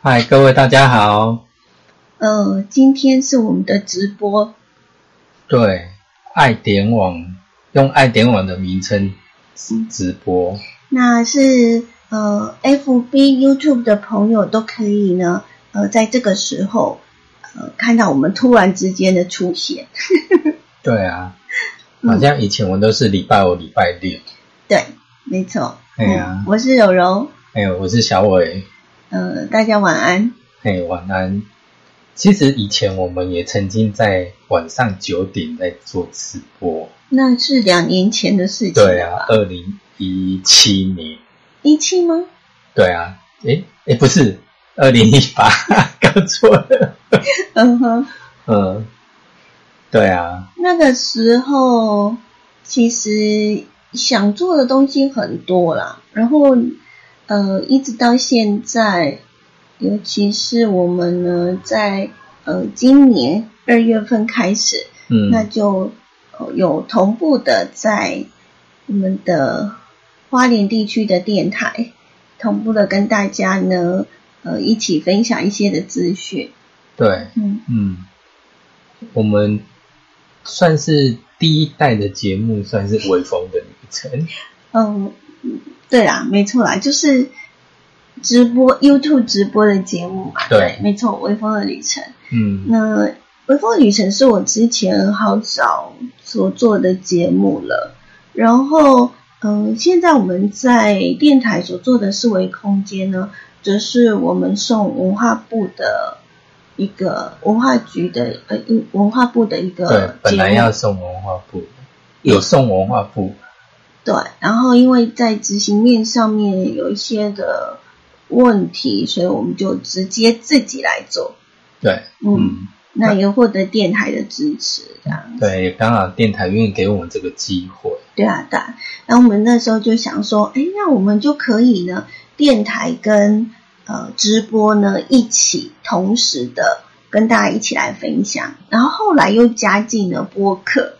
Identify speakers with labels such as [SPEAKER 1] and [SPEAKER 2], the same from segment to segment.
[SPEAKER 1] 嗨，各位大家好。
[SPEAKER 2] 呃，今天是我们的直播，
[SPEAKER 1] 对，爱点网用爱点网的名称直播，
[SPEAKER 2] 那是呃，FB、YouTube 的朋友都可以呢，呃，在这个时候，呃，看到我们突然之间的出现，
[SPEAKER 1] 对啊，
[SPEAKER 2] 嗯
[SPEAKER 1] 好像以前我们都是礼拜五、礼拜六。
[SPEAKER 2] 对，没错，
[SPEAKER 1] 对啊
[SPEAKER 2] 嗯我是柔柔，
[SPEAKER 1] 哎、我是小伟，
[SPEAKER 2] 呃，大家晚安，
[SPEAKER 1] 哎、晚安。其实以前我们也曾经在晚上九点在做直播，
[SPEAKER 2] 那是两年前的事情，
[SPEAKER 1] 对啊，，二零一七年，
[SPEAKER 2] 一期吗？
[SPEAKER 1] 对啊，诶诶，不是二零一八， 搞错了，
[SPEAKER 2] 嗯哼，
[SPEAKER 1] 嗯，对啊，
[SPEAKER 2] 那个时候其实想做的东西很多啦，然后呃，一直到现在，尤其是我们呢，在呃今年二月份开始，
[SPEAKER 1] 嗯，
[SPEAKER 2] 那就、呃有同步的在我们的花莲地区的电台同步的跟大家呢呃一起分享一些的资讯，
[SPEAKER 1] 对，
[SPEAKER 2] 嗯
[SPEAKER 1] 嗯，我们算是第一代的节目，算是微风的旅程，
[SPEAKER 2] 嗯，对啦，没错啦，就是直播 YouTube 直播的节目嘛。
[SPEAKER 1] 对
[SPEAKER 2] 没错，微风的旅程。
[SPEAKER 1] 嗯，
[SPEAKER 2] 那微风的旅程是我之前好早所做的节目了，然后嗯，现在我们在电台所做的四维空间呢，则是我们受文化部的。一个文化局的呃，一文化部的一个
[SPEAKER 1] 对，本来
[SPEAKER 2] 节目
[SPEAKER 1] 要送文化部，有送文化部，
[SPEAKER 2] 对，然后因为在执行面上面有一些的问题，所以我们就直接自己来做。
[SPEAKER 1] 对，
[SPEAKER 2] 嗯，
[SPEAKER 1] 嗯，
[SPEAKER 2] 那也获得电台的支持，这样子。
[SPEAKER 1] 对，也刚好电台愿意给我们这个机会，
[SPEAKER 2] 对啊，对啊。然后我们那时候就想说，哎，那我们就可以呢，电台跟呃直播呢一起同时的跟大家一起来分享。然后后来又加进了播客，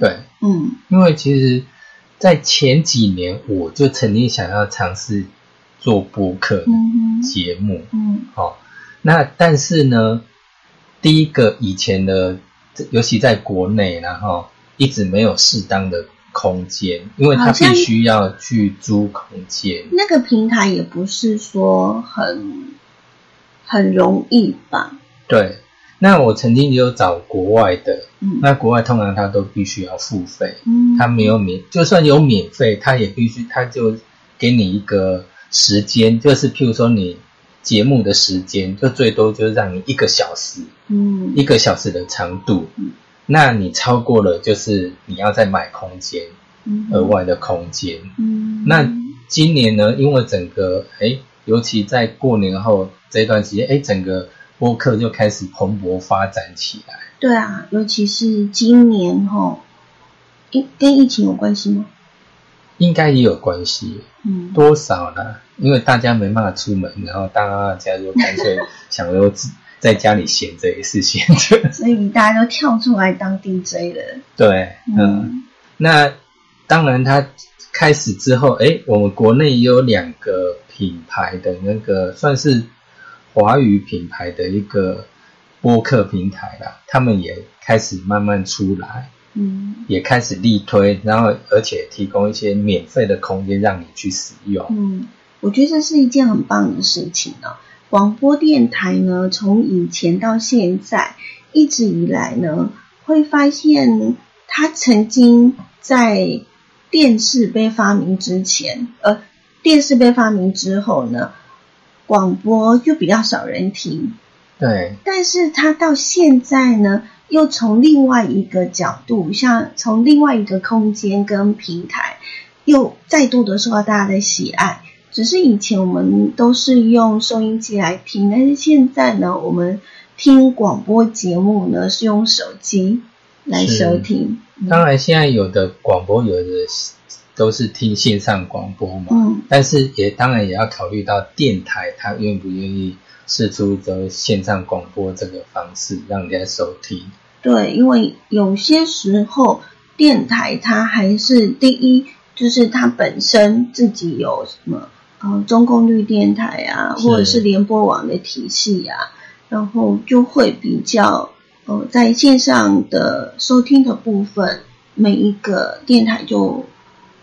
[SPEAKER 1] 对，
[SPEAKER 2] 嗯
[SPEAKER 1] 因为其实，在前几年我就曾经想要尝试做播客
[SPEAKER 2] 嗯哼
[SPEAKER 1] 节目，
[SPEAKER 2] 嗯
[SPEAKER 1] 哦，那但是呢，第一个以前的，这尤其在国内，然后一直没有适当的空间，因为他
[SPEAKER 2] 好
[SPEAKER 1] 必
[SPEAKER 2] 像
[SPEAKER 1] 须要去租空间。
[SPEAKER 2] 那个平台也不是说很很容易吧？
[SPEAKER 1] 对，那我曾经也有找国外的，
[SPEAKER 2] 嗯，
[SPEAKER 1] 那国外通常他都必须要付费，
[SPEAKER 2] 嗯
[SPEAKER 1] 他没有免，就算有免费，他也必须，他就给你一个时间，就是譬如说你节目的时间，就最多就让你一个小时，
[SPEAKER 2] 嗯
[SPEAKER 1] 一个小时的长度
[SPEAKER 2] 嗯，
[SPEAKER 1] 那你超过了，就是你要再买空间，
[SPEAKER 2] 嗯
[SPEAKER 1] 额外的空间。
[SPEAKER 2] 嗯
[SPEAKER 1] 那今年呢，因为整个哎，尤其在过年后这段时间，哎，整个播客就开始蓬勃发展起来。
[SPEAKER 2] 对啊，尤其是今年吼，疫跟疫情有关系吗？
[SPEAKER 1] 应该也有关系，
[SPEAKER 2] 嗯，
[SPEAKER 1] 多少呢？因为大家没办法出门，然后大家就干 脆想说自在家里闲着也是闲着。
[SPEAKER 2] 所以大家都跳出来当 DJ 了。
[SPEAKER 1] 对，嗯
[SPEAKER 2] 嗯
[SPEAKER 1] 那当然，它开始之后，哎，我们国内也有两个品牌的那个算是华语品牌的一个播客平台啦，他们也开始慢慢出来，
[SPEAKER 2] 嗯
[SPEAKER 1] 也开始力推，然后而且提供一些免费的空间让你去使用。
[SPEAKER 2] 嗯，我觉得这是一件很棒的事情哦。广播电台呢，从以前到现在，一直以来呢，会发现它曾经在电视被发明之前，呃，电视被发明之后呢，广播就比较少人听，
[SPEAKER 1] 对，
[SPEAKER 2] 但是它到现在呢，又从另外一个角度，像从另外一个空间跟平台，又再度的受到大家的喜爱。只是以前我们都是用收音机来听，但是现在呢，我们听广播节目呢是用手机来
[SPEAKER 1] 是
[SPEAKER 2] 收听。
[SPEAKER 1] 当然现在有的广播有的都是听线上广播嘛，
[SPEAKER 2] 嗯，
[SPEAKER 1] 但是也当然也要考虑到电台它愿不愿意试出这线上广播这个方式让人家收听。
[SPEAKER 2] 对，因为有些时候电台它还是第一，就是它本身自己有什么呃中共绿电台啊，
[SPEAKER 1] 是
[SPEAKER 2] 或者是联播网的体系啊，然后就会比较呃在线上的收听的部分，每一个电台就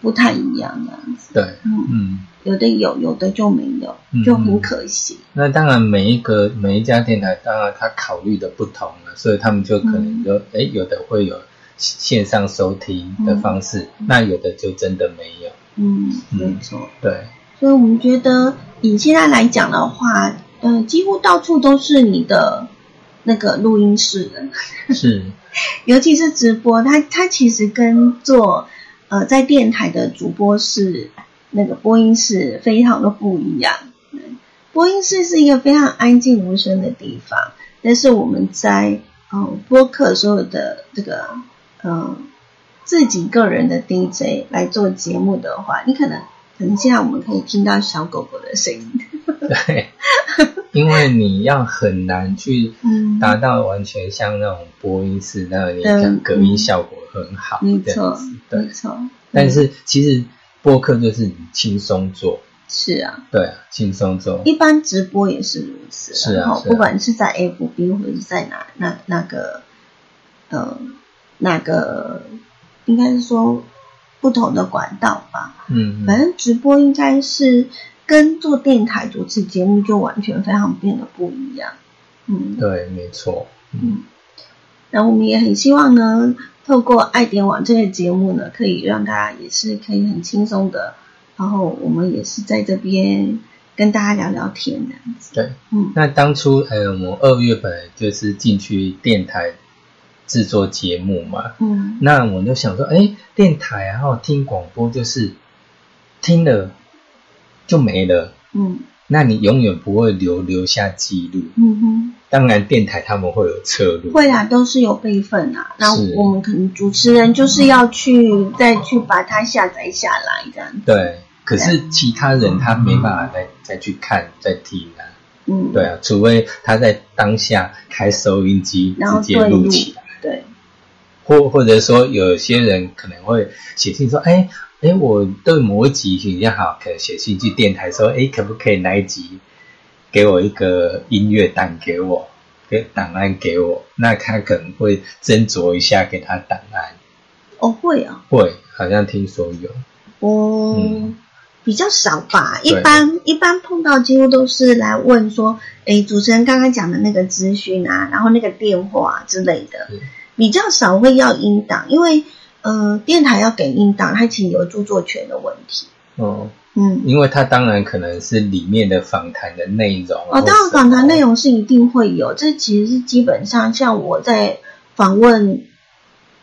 [SPEAKER 2] 不太一样这样子。
[SPEAKER 1] 对，
[SPEAKER 2] 嗯，
[SPEAKER 1] 嗯，
[SPEAKER 2] 有的有，有的就没有
[SPEAKER 1] 嗯，
[SPEAKER 2] 就很可惜。
[SPEAKER 1] 那当然每一个每一家电台，当然它考虑的不同了，所以他们就可能
[SPEAKER 2] 嗯
[SPEAKER 1] 就哎、诶有的会有线上收听的方式，那有的就真的没有。
[SPEAKER 2] 嗯，
[SPEAKER 1] 嗯
[SPEAKER 2] 没错。
[SPEAKER 1] 对，
[SPEAKER 2] 所以我们觉得以现在来讲的话，呃，几乎到处都是你的那个录音室了。
[SPEAKER 1] 是，
[SPEAKER 2] 尤其是直播，它它其实跟做呃在电台的主播是那个播音室非常的不一样。嗯播音室是一个非常安静无声的地方，但是我们在呃播客所有的这个呃自己个人的 DJ 来做节目的话，你可能可能现在我们可以听到小狗狗的声音，
[SPEAKER 1] 对，因为你要很难去
[SPEAKER 2] 嗯
[SPEAKER 1] 达到完全像那种播音室那样，你
[SPEAKER 2] 对
[SPEAKER 1] 的隔音效果很好，
[SPEAKER 2] 嗯没
[SPEAKER 1] 这样
[SPEAKER 2] 错
[SPEAKER 1] 子，
[SPEAKER 2] 没
[SPEAKER 1] 对。
[SPEAKER 2] 错，
[SPEAKER 1] 但是其实播客就是你轻松做，
[SPEAKER 2] 是啊，
[SPEAKER 1] 对啊，轻松做，
[SPEAKER 2] 一般直播也是如此，
[SPEAKER 1] 是啊
[SPEAKER 2] 然后
[SPEAKER 1] 是啊
[SPEAKER 2] 不管是在 FB 或者是在哪那那个呃那个，应该是说不同的管道吧。
[SPEAKER 1] 嗯，
[SPEAKER 2] 反
[SPEAKER 1] 嗯
[SPEAKER 2] 正直播应该是跟做电台主持节目就完全非常变得不一样。嗯，
[SPEAKER 1] 对，没错，嗯，
[SPEAKER 2] 然后我们也很希望呢，透过爱点网这个节目呢，可以让大家也是可以很轻松的，然后我们也是在这边跟大家聊聊天这样子。
[SPEAKER 1] 对。
[SPEAKER 2] 嗯
[SPEAKER 1] 那当初呃，我们二月本来就是进去电台制作节目嘛，
[SPEAKER 2] 嗯。
[SPEAKER 1] 那我就想说，哎，电台然后听广播就是听了就没了，
[SPEAKER 2] 嗯
[SPEAKER 1] 那你永远不会留留下记录。
[SPEAKER 2] 嗯
[SPEAKER 1] 当然，电台他们会有侧录
[SPEAKER 2] 哼，，会啊，都是有备份啊。那
[SPEAKER 1] 是
[SPEAKER 2] 我们可能主持人就是要去再去把它下载下来，这样。
[SPEAKER 1] 对。可是其他人他没办法再再去看再听啊，
[SPEAKER 2] 嗯，
[SPEAKER 1] 对啊，除非他在当下开收音机
[SPEAKER 2] 然后
[SPEAKER 1] 直接
[SPEAKER 2] 对
[SPEAKER 1] 录
[SPEAKER 2] 录
[SPEAKER 1] 起来。
[SPEAKER 2] 对，
[SPEAKER 1] 或或者说有些人可能会写信说，哎哎，我对某一集比较好，可能写信去电台说，哎，可不可以哪一集给我一个音乐档给我，给档案给我？那他可能会斟酌一下给他档案，
[SPEAKER 2] 哦会啊，
[SPEAKER 1] 会好像听说有，
[SPEAKER 2] 哦、
[SPEAKER 1] 嗯
[SPEAKER 2] 比较少吧。一
[SPEAKER 1] 对
[SPEAKER 2] 般一般碰到几乎都是来问说，诶，主持人刚刚讲的那个资讯啊，然后那个电话、啊、之类的
[SPEAKER 1] 是，
[SPEAKER 2] 比较少会要音档，因为呃，电台要给音档，它其实有著作权的问题。
[SPEAKER 1] 哦，
[SPEAKER 2] 嗯，
[SPEAKER 1] 因为他当然可能是里面的访谈的内容
[SPEAKER 2] 哦，当然访谈内
[SPEAKER 1] 容
[SPEAKER 2] 容是一定会有，这其实是基本上像我在访问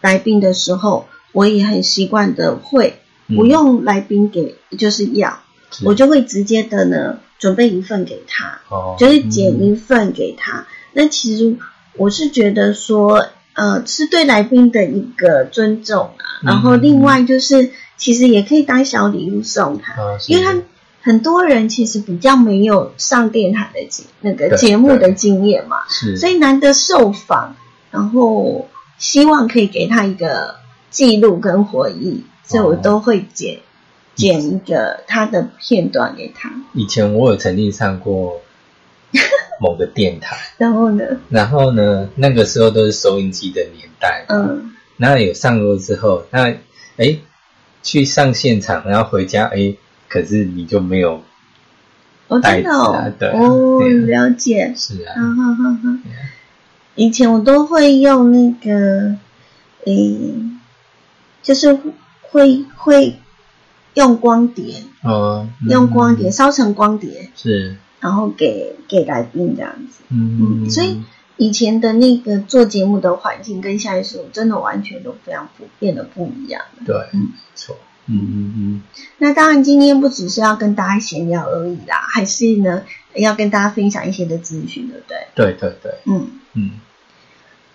[SPEAKER 2] 来宾的时候，我也很习惯的会
[SPEAKER 1] 嗯
[SPEAKER 2] 不用来宾给，就是要
[SPEAKER 1] 是
[SPEAKER 2] 我就会直接的呢准备一份给他，
[SPEAKER 1] 哦，
[SPEAKER 2] 就是剪一份给他。那其实我是觉得说，呃，是对来宾的一个尊重啊。然后
[SPEAKER 1] 嗯
[SPEAKER 2] 另外就是，其实也可以当小礼物送他。
[SPEAKER 1] 啊，是
[SPEAKER 2] 因为他很多人其实比较没有上电台的经那个
[SPEAKER 1] 对
[SPEAKER 2] 节目的
[SPEAKER 1] 对
[SPEAKER 2] 经验嘛，
[SPEAKER 1] 是
[SPEAKER 2] 所以难得受访，然后希望可以给他一个记录跟回忆，所以我都会剪、剪一个他的片段给他。
[SPEAKER 1] 以前我有曾经上 过某个电台，
[SPEAKER 2] 然后呢，
[SPEAKER 1] 然后呢，那个时候都是收音机的年代，，
[SPEAKER 2] 嗯，
[SPEAKER 1] 那有上过之后，那哎去上现场，然后回家，哎，可是你就没有，
[SPEAKER 2] 我真的哦，
[SPEAKER 1] 带子啊对啊
[SPEAKER 2] 哦，
[SPEAKER 1] 对啊
[SPEAKER 2] 了解，
[SPEAKER 1] 是啊，
[SPEAKER 2] 嗯哼哼哼，以前我都会用那个，诶，就是会会用光碟。
[SPEAKER 1] 哦，嗯
[SPEAKER 2] 用光碟烧成光碟，
[SPEAKER 1] 是，
[SPEAKER 2] 然后给给来宾这样子。
[SPEAKER 1] 嗯，
[SPEAKER 2] 嗯所以以前的那个做节目的环境跟现在是真的完全都非常不变得不一样。
[SPEAKER 1] 对，没错，嗯嗯嗯，
[SPEAKER 2] 那当然，今天不只是要跟大家闲聊而已啦，还是呢要跟大家分享一些的资讯，对不对？
[SPEAKER 1] 对对对，
[SPEAKER 2] 嗯，
[SPEAKER 1] 嗯，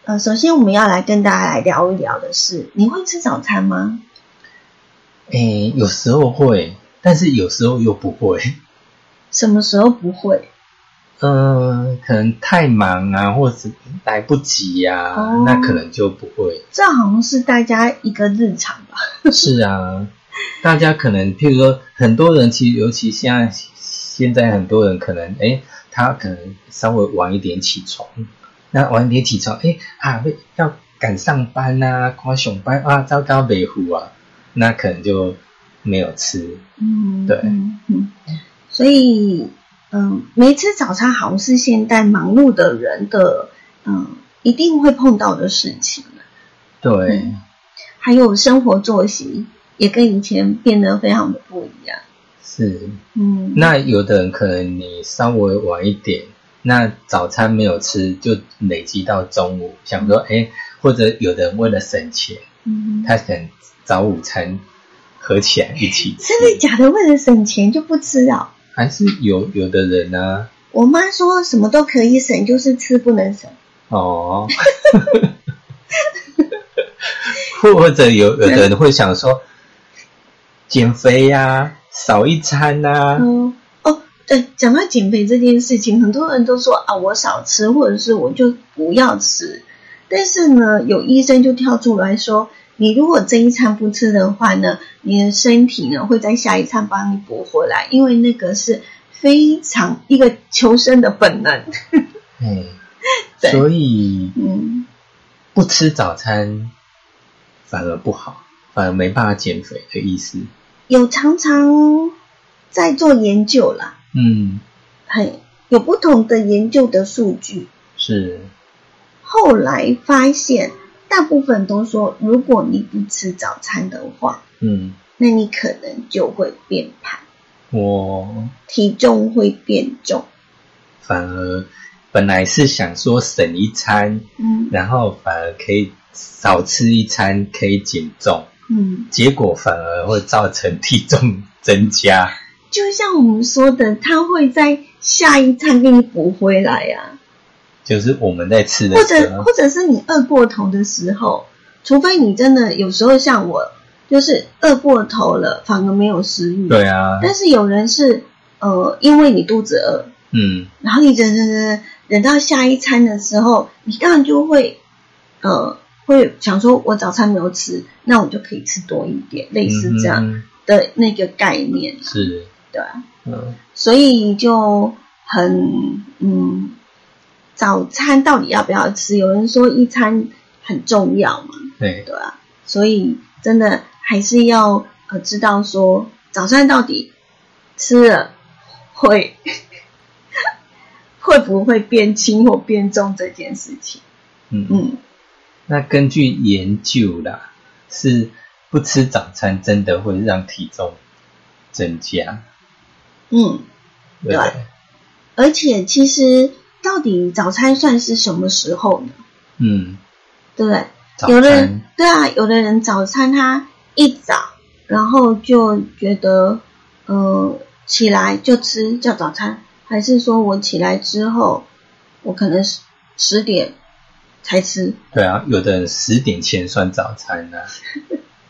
[SPEAKER 2] 呃，首先我们要来跟大家来聊一聊的是，你会吃早餐吗？
[SPEAKER 1] 哎，有时候会，但是有时候又不会。
[SPEAKER 2] 什么时候不会？
[SPEAKER 1] 嗯，可能太忙啊，或是来不及呀、
[SPEAKER 2] 哦
[SPEAKER 1] 那可能就不会。
[SPEAKER 2] 这好像是大家一个日常吧。
[SPEAKER 1] 是啊， 大家可能，譬如说，很多人其实，尤其现在现在很多人可能，哎，他可能稍微晚一点起床，那晚一点起床，哎啊，要赶上班呐、啊，赶上班啊，糟糕，北湖啊，那可能就没有吃。
[SPEAKER 2] 嗯，
[SPEAKER 1] 对
[SPEAKER 2] 嗯，嗯所以，嗯，没吃早餐好像是现代忙碌的人的，嗯，一定会碰到的事情。
[SPEAKER 1] 对，
[SPEAKER 2] 嗯还有生活作息也跟以前变得非常的不一样。
[SPEAKER 1] 是。
[SPEAKER 2] 嗯，
[SPEAKER 1] 那有的人可能你稍微晚一点，那早餐没有吃，就累积到中午，想说，哎，或者有的人为了省钱，
[SPEAKER 2] 嗯
[SPEAKER 1] 他想早午餐合起来一起吃
[SPEAKER 2] 真，的假的？为了省钱就不吃啊？
[SPEAKER 1] 还是有有的人啊呢、
[SPEAKER 2] 我妈说什么都可以省，就是吃不能省。
[SPEAKER 1] 哦，或或者有有的人会想说，减肥呀、少一餐啊呐、
[SPEAKER 2] 嗯，哦，对，讲到减肥这件事情，很多人都说啊，我少吃，或者是我就不要吃。但是呢，有医生就跳出来说，你如果这一餐不吃的话呢，你的身体呢会在下一餐帮你补回来，因为那个是非常一个求生的本能。
[SPEAKER 1] 哎，
[SPEAKER 2] 对
[SPEAKER 1] 所以
[SPEAKER 2] 嗯，
[SPEAKER 1] 不吃早餐反而不好，反而没办法减肥的意思。
[SPEAKER 2] 有常常在做研究啦，
[SPEAKER 1] 嗯，
[SPEAKER 2] 嘿，有不同的研究的数据，
[SPEAKER 1] 是
[SPEAKER 2] 后来发现，大部分都说，如果你不吃早餐的话，
[SPEAKER 1] 嗯，
[SPEAKER 2] 那你可能就会变胖，
[SPEAKER 1] 我
[SPEAKER 2] 体重会变重。
[SPEAKER 1] 反而本来是想说省一餐，
[SPEAKER 2] 嗯
[SPEAKER 1] 然后反而可以少吃一餐，可以减重，
[SPEAKER 2] 嗯，
[SPEAKER 1] 结果反而会造成体重增加。
[SPEAKER 2] 就像我们说的，它会在下一餐给你补回来呀、
[SPEAKER 1] 就是我们在吃的
[SPEAKER 2] 或
[SPEAKER 1] 时
[SPEAKER 2] 者
[SPEAKER 1] 候
[SPEAKER 2] 或，者是你饿过头的时候，除非你真的有时候像我，就是饿过头了，反而没有食欲。
[SPEAKER 1] 对啊，
[SPEAKER 2] 但是有人是呃，因为你肚子饿，
[SPEAKER 1] 嗯，
[SPEAKER 2] 然后你忍忍忍忍忍到下一餐的时候，你当然就会呃会想说，我早餐没有吃，那我就可以吃多一点，类似这样
[SPEAKER 1] 嗯
[SPEAKER 2] 的那个概念，
[SPEAKER 1] 是，
[SPEAKER 2] 对啊，
[SPEAKER 1] 嗯，
[SPEAKER 2] 所以就很嗯，早餐到底要不要吃？有人说一餐很重要嘛，
[SPEAKER 1] 对，
[SPEAKER 2] 对啊，所以真的还是要呃知道说早餐到底吃了会 会不会变轻或变重这件事情。
[SPEAKER 1] 嗯嗯。
[SPEAKER 2] 嗯，
[SPEAKER 1] 那根据研究啦，是不吃早餐真的会让体重增加，
[SPEAKER 2] 嗯，
[SPEAKER 1] 对不对？
[SPEAKER 2] 而且其实到底早餐算是什么时候呢？
[SPEAKER 1] 嗯，
[SPEAKER 2] 对不对？
[SPEAKER 1] 早
[SPEAKER 2] 有的人
[SPEAKER 1] 餐
[SPEAKER 2] 对啊，有的人早餐他一早，然后就觉得，呃，起来就吃叫早餐，还是说我起来之后，我可能十十点才吃，
[SPEAKER 1] 对啊，有的人十点前算早餐 呢、啊，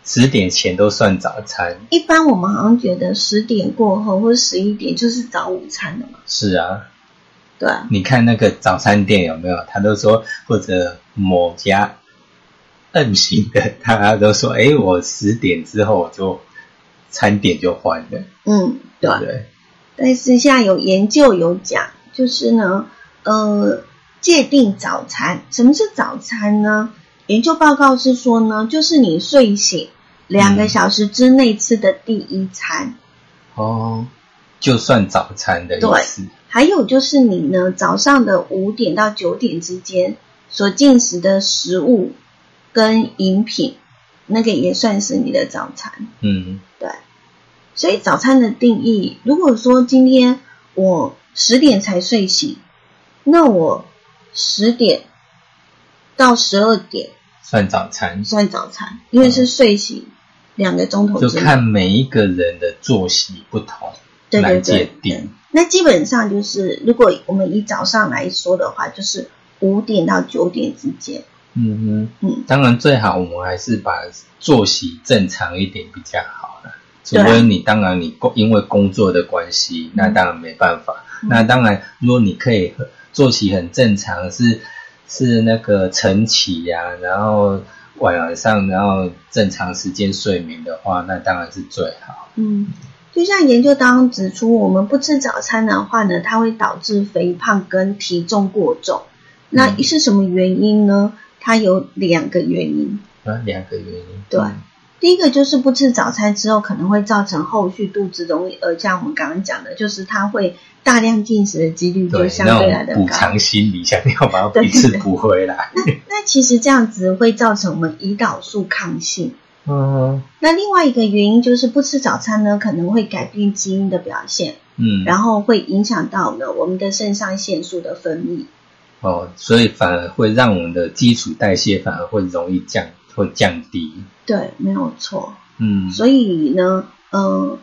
[SPEAKER 1] 十点前都算早餐。
[SPEAKER 2] 一般我们好像觉得十点过后或十一点就是早午餐了嘛，
[SPEAKER 1] 是啊，
[SPEAKER 2] 对啊，
[SPEAKER 1] 你看那个早餐店有没有？他都说或者某家 M 型的，他都说，哎，我十点之后我就餐点就换了，
[SPEAKER 2] 嗯，对
[SPEAKER 1] 对
[SPEAKER 2] 啊
[SPEAKER 1] 不对？
[SPEAKER 2] 但是现在有研究有讲，就是呢，呃，界定早餐，什么是早餐呢？研究报告是说呢，就是你睡醒两个小时之内吃的第一餐，
[SPEAKER 1] 哦，就算早餐的意思。
[SPEAKER 2] 还有就是你呢早上的五点到九点之间所进食的食物跟饮品，那个也算是你的早餐。
[SPEAKER 1] 嗯，
[SPEAKER 2] 所以早餐的定义，如果说今天我十点才睡醒，那我十点到十二点
[SPEAKER 1] 算早餐，
[SPEAKER 2] 算早餐，因为是睡醒两个钟头
[SPEAKER 1] 就
[SPEAKER 2] 之内。
[SPEAKER 1] 看每一个人的作息不同
[SPEAKER 2] 对
[SPEAKER 1] 来
[SPEAKER 2] 对
[SPEAKER 1] 界
[SPEAKER 2] 对
[SPEAKER 1] 定。
[SPEAKER 2] 那基本上就是，如果我们以早上来说的话，就是五点到九点之间。
[SPEAKER 1] 嗯哼
[SPEAKER 2] 嗯，
[SPEAKER 1] 当然最好我们还是把作息正常一点比较好了。除
[SPEAKER 2] 对啊
[SPEAKER 1] 非你当然你工因为工作的关系，那当然没办法。
[SPEAKER 2] 嗯
[SPEAKER 1] 那当然，如果你可以作息很正常，是是那个晨起呀、然后晚晚上然后正常时间睡眠的话，那当然是最好。
[SPEAKER 2] 嗯，就像研究当中指出，我们不吃早餐的话呢，它会导致肥胖跟体重过重。那
[SPEAKER 1] 嗯
[SPEAKER 2] 是什么原因呢？它有两个原因。
[SPEAKER 1] 那两个原因，
[SPEAKER 2] 对第一个就是不吃早餐之后，可能会造成后续肚子容易呃，像我们刚刚讲的，就是它会大量进食的几率就
[SPEAKER 1] 对，
[SPEAKER 2] 相对来
[SPEAKER 1] 那
[SPEAKER 2] 的
[SPEAKER 1] 种补
[SPEAKER 2] 高。
[SPEAKER 1] 偿心理，想要把它一次补回来。
[SPEAKER 2] 那其实这样子会造成我们胰岛素抗性。
[SPEAKER 1] 嗯
[SPEAKER 2] 那另外一个原因就是不吃早餐呢，可能会改变基因的表现，
[SPEAKER 1] 嗯，
[SPEAKER 2] 然后会影响到呢我们的肾上腺素的分泌。
[SPEAKER 1] 哦，所以反而会让我们的基础代谢反而会容易降，会降低。
[SPEAKER 2] 对，没有错。
[SPEAKER 1] 嗯，
[SPEAKER 2] 所以呢，呃，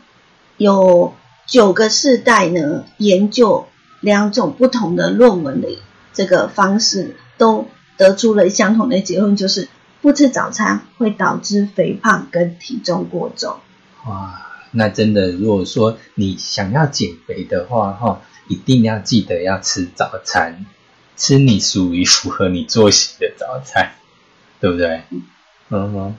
[SPEAKER 2] 有九个世代呢，研究两种不同的论文的这个方式，都得出了相同的结论，就是不吃早餐会导致肥胖跟体重过重。
[SPEAKER 1] 哇，那真的，如果说你想要减肥的话，哈，一定要记得要吃早餐，吃你属于符合你作息的早餐，对不对？嗯哼，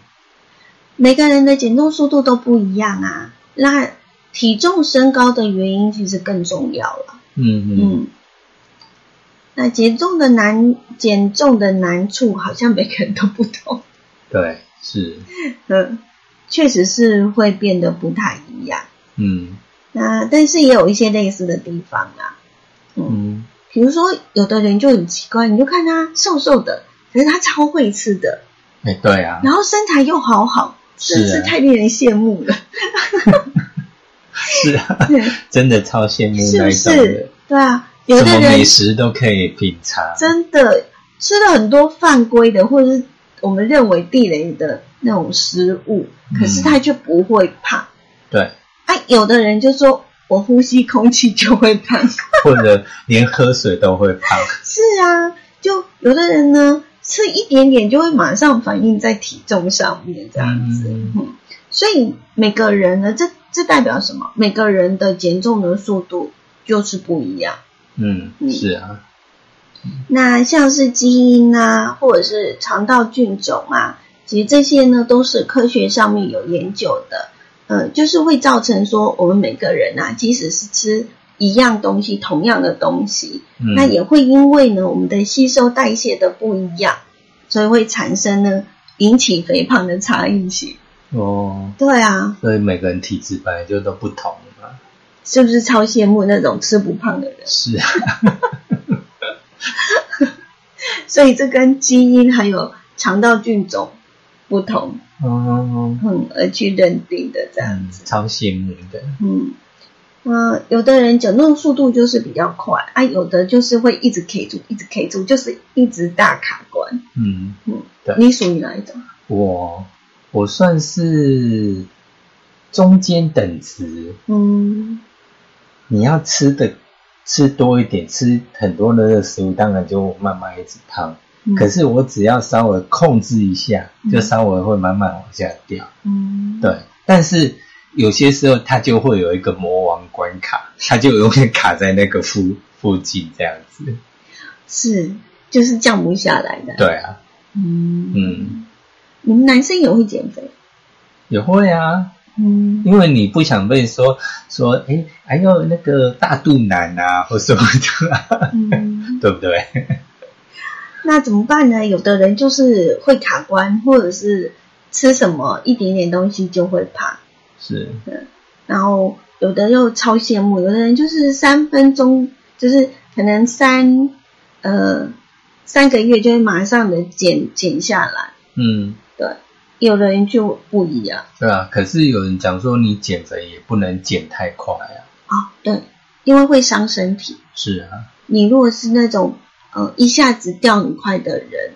[SPEAKER 2] 每个人的减重速度都不一样啊，那体重升高的原因其实更重要了。
[SPEAKER 1] 嗯嗯，
[SPEAKER 2] 嗯，那减重的难减重的难处好像每个人都不同。
[SPEAKER 1] 对，是，
[SPEAKER 2] 呃，确实是会变得不太一样。
[SPEAKER 1] 嗯
[SPEAKER 2] 那但是也有一些类似的地方啊，
[SPEAKER 1] 嗯，
[SPEAKER 2] 比如说有的人就很奇怪，你就看他瘦瘦的，可是他超会吃的，
[SPEAKER 1] 哎，对啊，
[SPEAKER 2] 然后身材又好好，真
[SPEAKER 1] 是
[SPEAKER 2] 是
[SPEAKER 1] 啊
[SPEAKER 2] 太令人羡慕 了。
[SPEAKER 1] 是啊，
[SPEAKER 2] 对，
[SPEAKER 1] 真的超羡慕
[SPEAKER 2] 是
[SPEAKER 1] 那
[SPEAKER 2] 不
[SPEAKER 1] 一种的
[SPEAKER 2] 是，？对啊，有
[SPEAKER 1] 什
[SPEAKER 2] 的
[SPEAKER 1] 么美
[SPEAKER 2] 人
[SPEAKER 1] 食都可以品尝，
[SPEAKER 2] 真的吃了很多犯规的，或者是我们认为地雷的那种食物，可是
[SPEAKER 1] 嗯
[SPEAKER 2] 他却不会胖。
[SPEAKER 1] 对，
[SPEAKER 2] 啊，有的人就说我呼吸空气就 会胖。
[SPEAKER 1] 或者连喝水都会 胖，
[SPEAKER 2] 是啊，就有的人呢，吃一点点就会马上反映在体重上面，这样子。
[SPEAKER 1] 嗯
[SPEAKER 2] 嗯所以每个人呢，这这代表什么？每个人的减重的速度就是不一样。
[SPEAKER 1] 嗯，
[SPEAKER 2] 嗯
[SPEAKER 1] 是啊，
[SPEAKER 2] 那像是基因啊，或者是肠道菌种啊，其实这些呢都是科学上面有研究的。呃，就是会造成说我们每个人啊，即使是吃一样东西，同样的东西，
[SPEAKER 1] 嗯，
[SPEAKER 2] 那也会因为呢我们的吸收代谢的不一样，所以会产生呢引起肥胖的差异性。
[SPEAKER 1] 哦，
[SPEAKER 2] 对啊，
[SPEAKER 1] 所以每个人体质本来就都不同嘛，
[SPEAKER 2] 是不是超羡慕那种吃不胖的人？
[SPEAKER 1] 是啊，
[SPEAKER 2] 所以这跟基因还有肠道菌种不同，
[SPEAKER 1] 哦，
[SPEAKER 2] 嗯，而去认定的这样
[SPEAKER 1] 嗯，
[SPEAKER 2] 子。
[SPEAKER 1] 超羡慕的，
[SPEAKER 2] 嗯，呃，有的人减重速度就是比较快，啊，有的就是会一直 K 住，一直 K 住，就是一直大卡关。
[SPEAKER 1] 嗯，
[SPEAKER 2] 嗯
[SPEAKER 1] 对，
[SPEAKER 2] 你属于哪一种？
[SPEAKER 1] 我我算是中间等值，
[SPEAKER 2] 嗯，
[SPEAKER 1] 你要吃的吃多一点，吃很多的热食物，当然就慢慢一直胖。
[SPEAKER 2] 嗯
[SPEAKER 1] 可，是我只要稍微控制一下，
[SPEAKER 2] 嗯
[SPEAKER 1] 就稍微会慢慢往下掉。
[SPEAKER 2] 嗯，
[SPEAKER 1] 对，但是有些时候它就会有一个魔王关卡，它就永远卡在那个附附近这样子。
[SPEAKER 2] 是，就是降不下来的。，
[SPEAKER 1] 对啊，
[SPEAKER 2] 嗯
[SPEAKER 1] 嗯，
[SPEAKER 2] 你们男生也会减肥？
[SPEAKER 1] 也会啊，
[SPEAKER 2] 嗯，
[SPEAKER 1] 因为你不想被说说，哎，还有那个大肚腩啊，或什么的、啊，
[SPEAKER 2] 嗯，
[SPEAKER 1] 对不对？
[SPEAKER 2] 那怎么办呢？有的人就是会卡关，或者是吃什么一点点东西就会胖，
[SPEAKER 1] 是，
[SPEAKER 2] 然后有的又超羡慕，有的人就是三分钟，就是可能三呃三个月就会马上的减减下来，
[SPEAKER 1] 嗯，
[SPEAKER 2] 对，有的人就不一样
[SPEAKER 1] 对啊。可是有人讲说，你减肥也不能减太快啊。
[SPEAKER 2] 啊、对，因为会伤身体。
[SPEAKER 1] 是啊，
[SPEAKER 2] 你如果是那种呃一下子掉很快的人，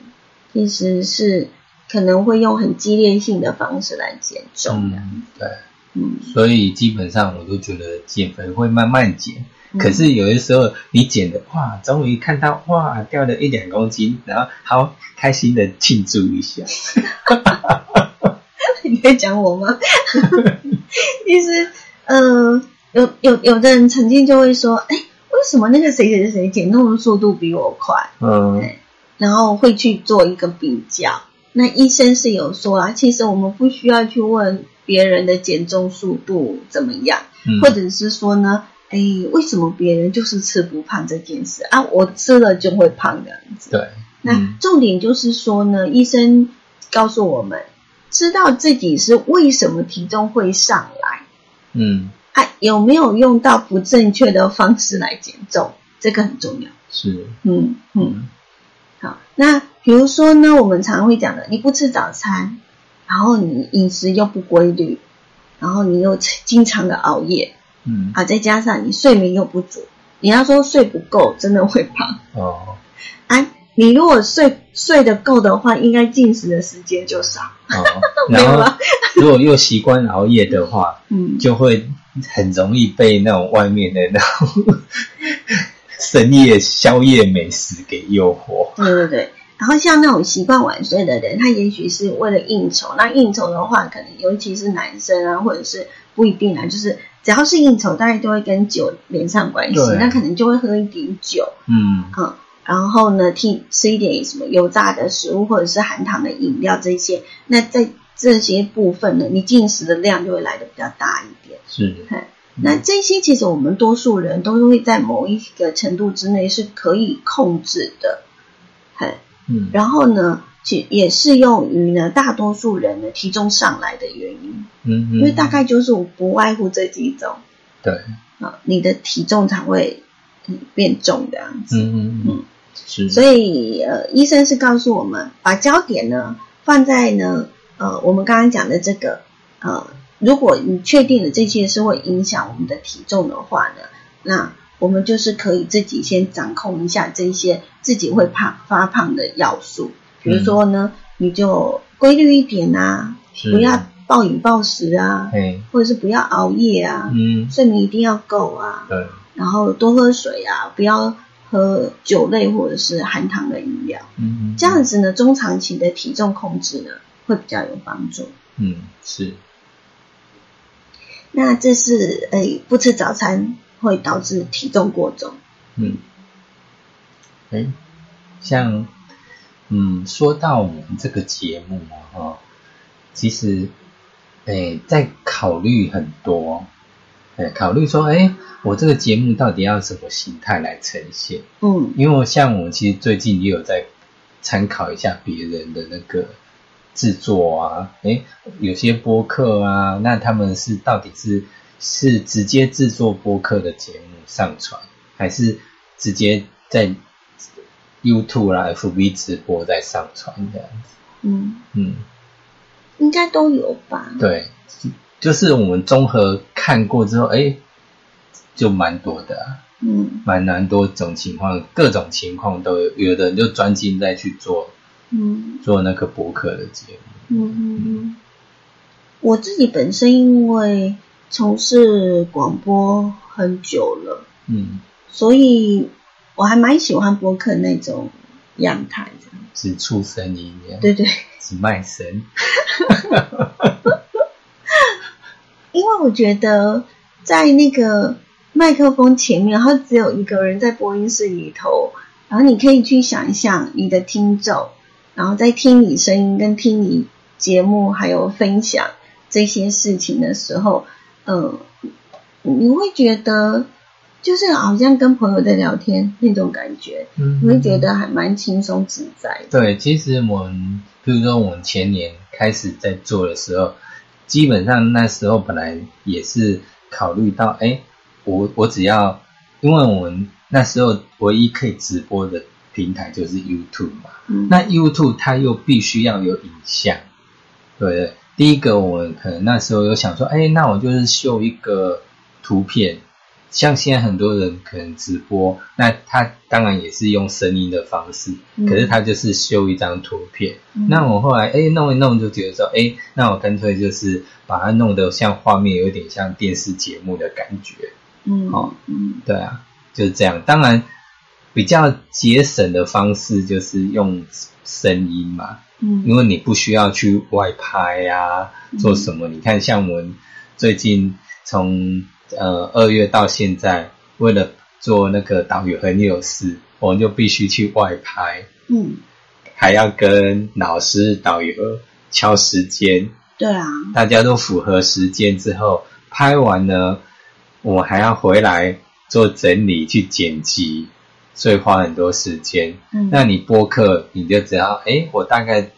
[SPEAKER 2] 其实是可能会用很激烈性的方式来减重的。
[SPEAKER 1] 嗯，对。
[SPEAKER 2] 嗯，
[SPEAKER 1] 所以基本上我都觉得减肥会慢慢减，
[SPEAKER 2] 嗯
[SPEAKER 1] 可是有的时候你减的哇，终于看到哇掉了一两公斤，然后好开心的庆祝一下。
[SPEAKER 2] 你在讲我吗？其实呃，有有有的人曾经就会说，哎，为什么那个谁谁谁减重的速度比我快？
[SPEAKER 1] 嗯
[SPEAKER 2] 对然后会去做一个比较，那医生是有说啊，其实我们不需要去问别人的减重速度怎么样，
[SPEAKER 1] 嗯
[SPEAKER 2] 或者是说呢，哎，为什么别人就是吃不胖这件事啊？我吃了就会胖这样子。
[SPEAKER 1] 对，
[SPEAKER 2] 那
[SPEAKER 1] 嗯
[SPEAKER 2] 重点就是说呢，医生告诉我们，知道自己是为什么体重会上来
[SPEAKER 1] 嗯
[SPEAKER 2] 啊，有没有用到不正确的方式来减重，这个很重要。
[SPEAKER 1] 是，
[SPEAKER 2] 嗯嗯，好。那比如说呢，我们常会讲的，你不吃早餐，然后你饮食又不规律，然后你又经常的熬夜
[SPEAKER 1] 嗯
[SPEAKER 2] 啊，再加上你睡眠又不足，你要说睡不够，真的会胖
[SPEAKER 1] 哦
[SPEAKER 2] 啊。你如果睡睡得够的话，应该进食的时间就少。
[SPEAKER 1] 哦，
[SPEAKER 2] 没有
[SPEAKER 1] 然后
[SPEAKER 2] 了
[SPEAKER 1] 如果又习惯熬夜的话，
[SPEAKER 2] 嗯，
[SPEAKER 1] 就会很容易被那种外面的那种深夜宵夜美食给诱惑。
[SPEAKER 2] 对对对。然后像那种习惯晚睡的人，他也许是为了应酬。那应酬的话，可能尤其是男生啊，或者是不一定啊，就是只要是应酬，大家都会跟酒连上关系
[SPEAKER 1] 对，
[SPEAKER 2] 那可能就会喝一点酒，
[SPEAKER 1] 嗯
[SPEAKER 2] 嗯，然后呢，替吃一点什么油炸的食物或者是含糖的饮料这些。那在这些部分呢，你进食的量就会来的比较大一点。
[SPEAKER 1] 是，
[SPEAKER 2] 嘿那这些其实我们多数人都会在某一个程度之内是可以控制的，嘿。
[SPEAKER 1] 嗯
[SPEAKER 2] 然后呢，其也适用于呢大多数人的体重上来的原因，
[SPEAKER 1] 嗯，
[SPEAKER 2] 因为大概就是我不外乎这几种
[SPEAKER 1] 对，
[SPEAKER 2] 啊，你的体重才会嗯变重这样子。
[SPEAKER 1] 嗯嗯嗯，是，
[SPEAKER 2] 所以呃，医生是告诉我们，把焦点呢放在呢呃我们刚刚讲的这个呃，如果你确定了这些是会影响我们的体重的话呢，那我们就是可以自己先掌控一下这些自己会胖发胖的要素，比如说呢，你就规律一点啊，
[SPEAKER 1] 是
[SPEAKER 2] 不要暴饮暴食啊，
[SPEAKER 1] 哎，
[SPEAKER 2] 或者是不要熬夜啊，
[SPEAKER 1] 嗯，
[SPEAKER 2] 睡眠一定要够啊，
[SPEAKER 1] 对，
[SPEAKER 2] 然后多喝水啊，不要喝酒类或者是含糖的饮料，
[SPEAKER 1] 嗯，嗯
[SPEAKER 2] 这样，子呢，中长期的体重控制呢会比较有帮助。
[SPEAKER 1] 嗯，是，
[SPEAKER 2] 那这是诶、不吃早餐会导致体重过重。
[SPEAKER 1] 嗯，哎，像，嗯，说到我们这个节目啊，哦，其实，哎，在考虑很多，哎，考虑说，哎，我这个节目到底要什么形态来呈现？
[SPEAKER 2] 嗯
[SPEAKER 1] 因为我像我其实最近也有在参考一下别人的那个制作啊，诶，有些播客啊，那他们是到底是是直接制作播客的节目上传，还是直接在 YouTube 啦、FB 直播再上传这样子？
[SPEAKER 2] 嗯，
[SPEAKER 1] 嗯，
[SPEAKER 2] 应该都有吧。
[SPEAKER 1] 对，就是我们综合看过之后，诶，就蛮多的、啊。
[SPEAKER 2] 嗯
[SPEAKER 1] 蛮蛮多种情况，各种情况都有，有的人就专心在去做
[SPEAKER 2] 嗯
[SPEAKER 1] 做那个博客的节目。
[SPEAKER 2] 嗯嗯嗯。我自己本身因为从事广播很久了，
[SPEAKER 1] 嗯，
[SPEAKER 2] 所以我还蛮喜欢播客那种样态这样。
[SPEAKER 1] 只出声音这样，
[SPEAKER 2] 对对。
[SPEAKER 1] 只卖身。
[SPEAKER 2] 因为我觉得在那个麦克风前面，然后只有一个人在播音室里头，然后你可以去想象你的听众，然后在听你声音跟听你节目还有分享这些事情的时候，呃，你会觉得就是好像跟朋友在聊天那种感觉，
[SPEAKER 1] 嗯
[SPEAKER 2] 你会觉得还蛮轻松自在的。
[SPEAKER 1] 对，其实我们，比如说我们前年开始在做的时候，基本上那时候本来也是考虑到，哎，我我只要，因为我们那时候唯一可以直播的平台就是 YouTube 嘛，
[SPEAKER 2] 嗯
[SPEAKER 1] 那 YouTube 它又必须要有影像，对不对？第一个，我可能那时候有想说，哎，那我就是秀一个图片，像现在很多人可能直播，那他当然也是用声音的方式，
[SPEAKER 2] 嗯
[SPEAKER 1] 可是他就是秀一张图片。
[SPEAKER 2] 嗯
[SPEAKER 1] 那我后来哎弄一弄就觉得说，哎，那我干脆就是把它弄得像画面，有点像电视节目的感觉。
[SPEAKER 2] 嗯
[SPEAKER 1] 哦
[SPEAKER 2] 嗯
[SPEAKER 1] 对啊，就是这样。当然，比较节省的方式就是用声音嘛，
[SPEAKER 2] 嗯
[SPEAKER 1] 因为你不需要去外拍呀、啊，做什么？你看，像我们最近从呃二月到现在，为了做那个导游很有事，我们就必须去外拍。
[SPEAKER 2] 嗯
[SPEAKER 1] 还要跟老师、导游敲时间，
[SPEAKER 2] 对啊，
[SPEAKER 1] 大家都符合时间之后，拍完呢，我还要回来做整理去剪辑，所以花很多时间。
[SPEAKER 2] 嗯，
[SPEAKER 1] 那你播客，你就只要，诶，我大概，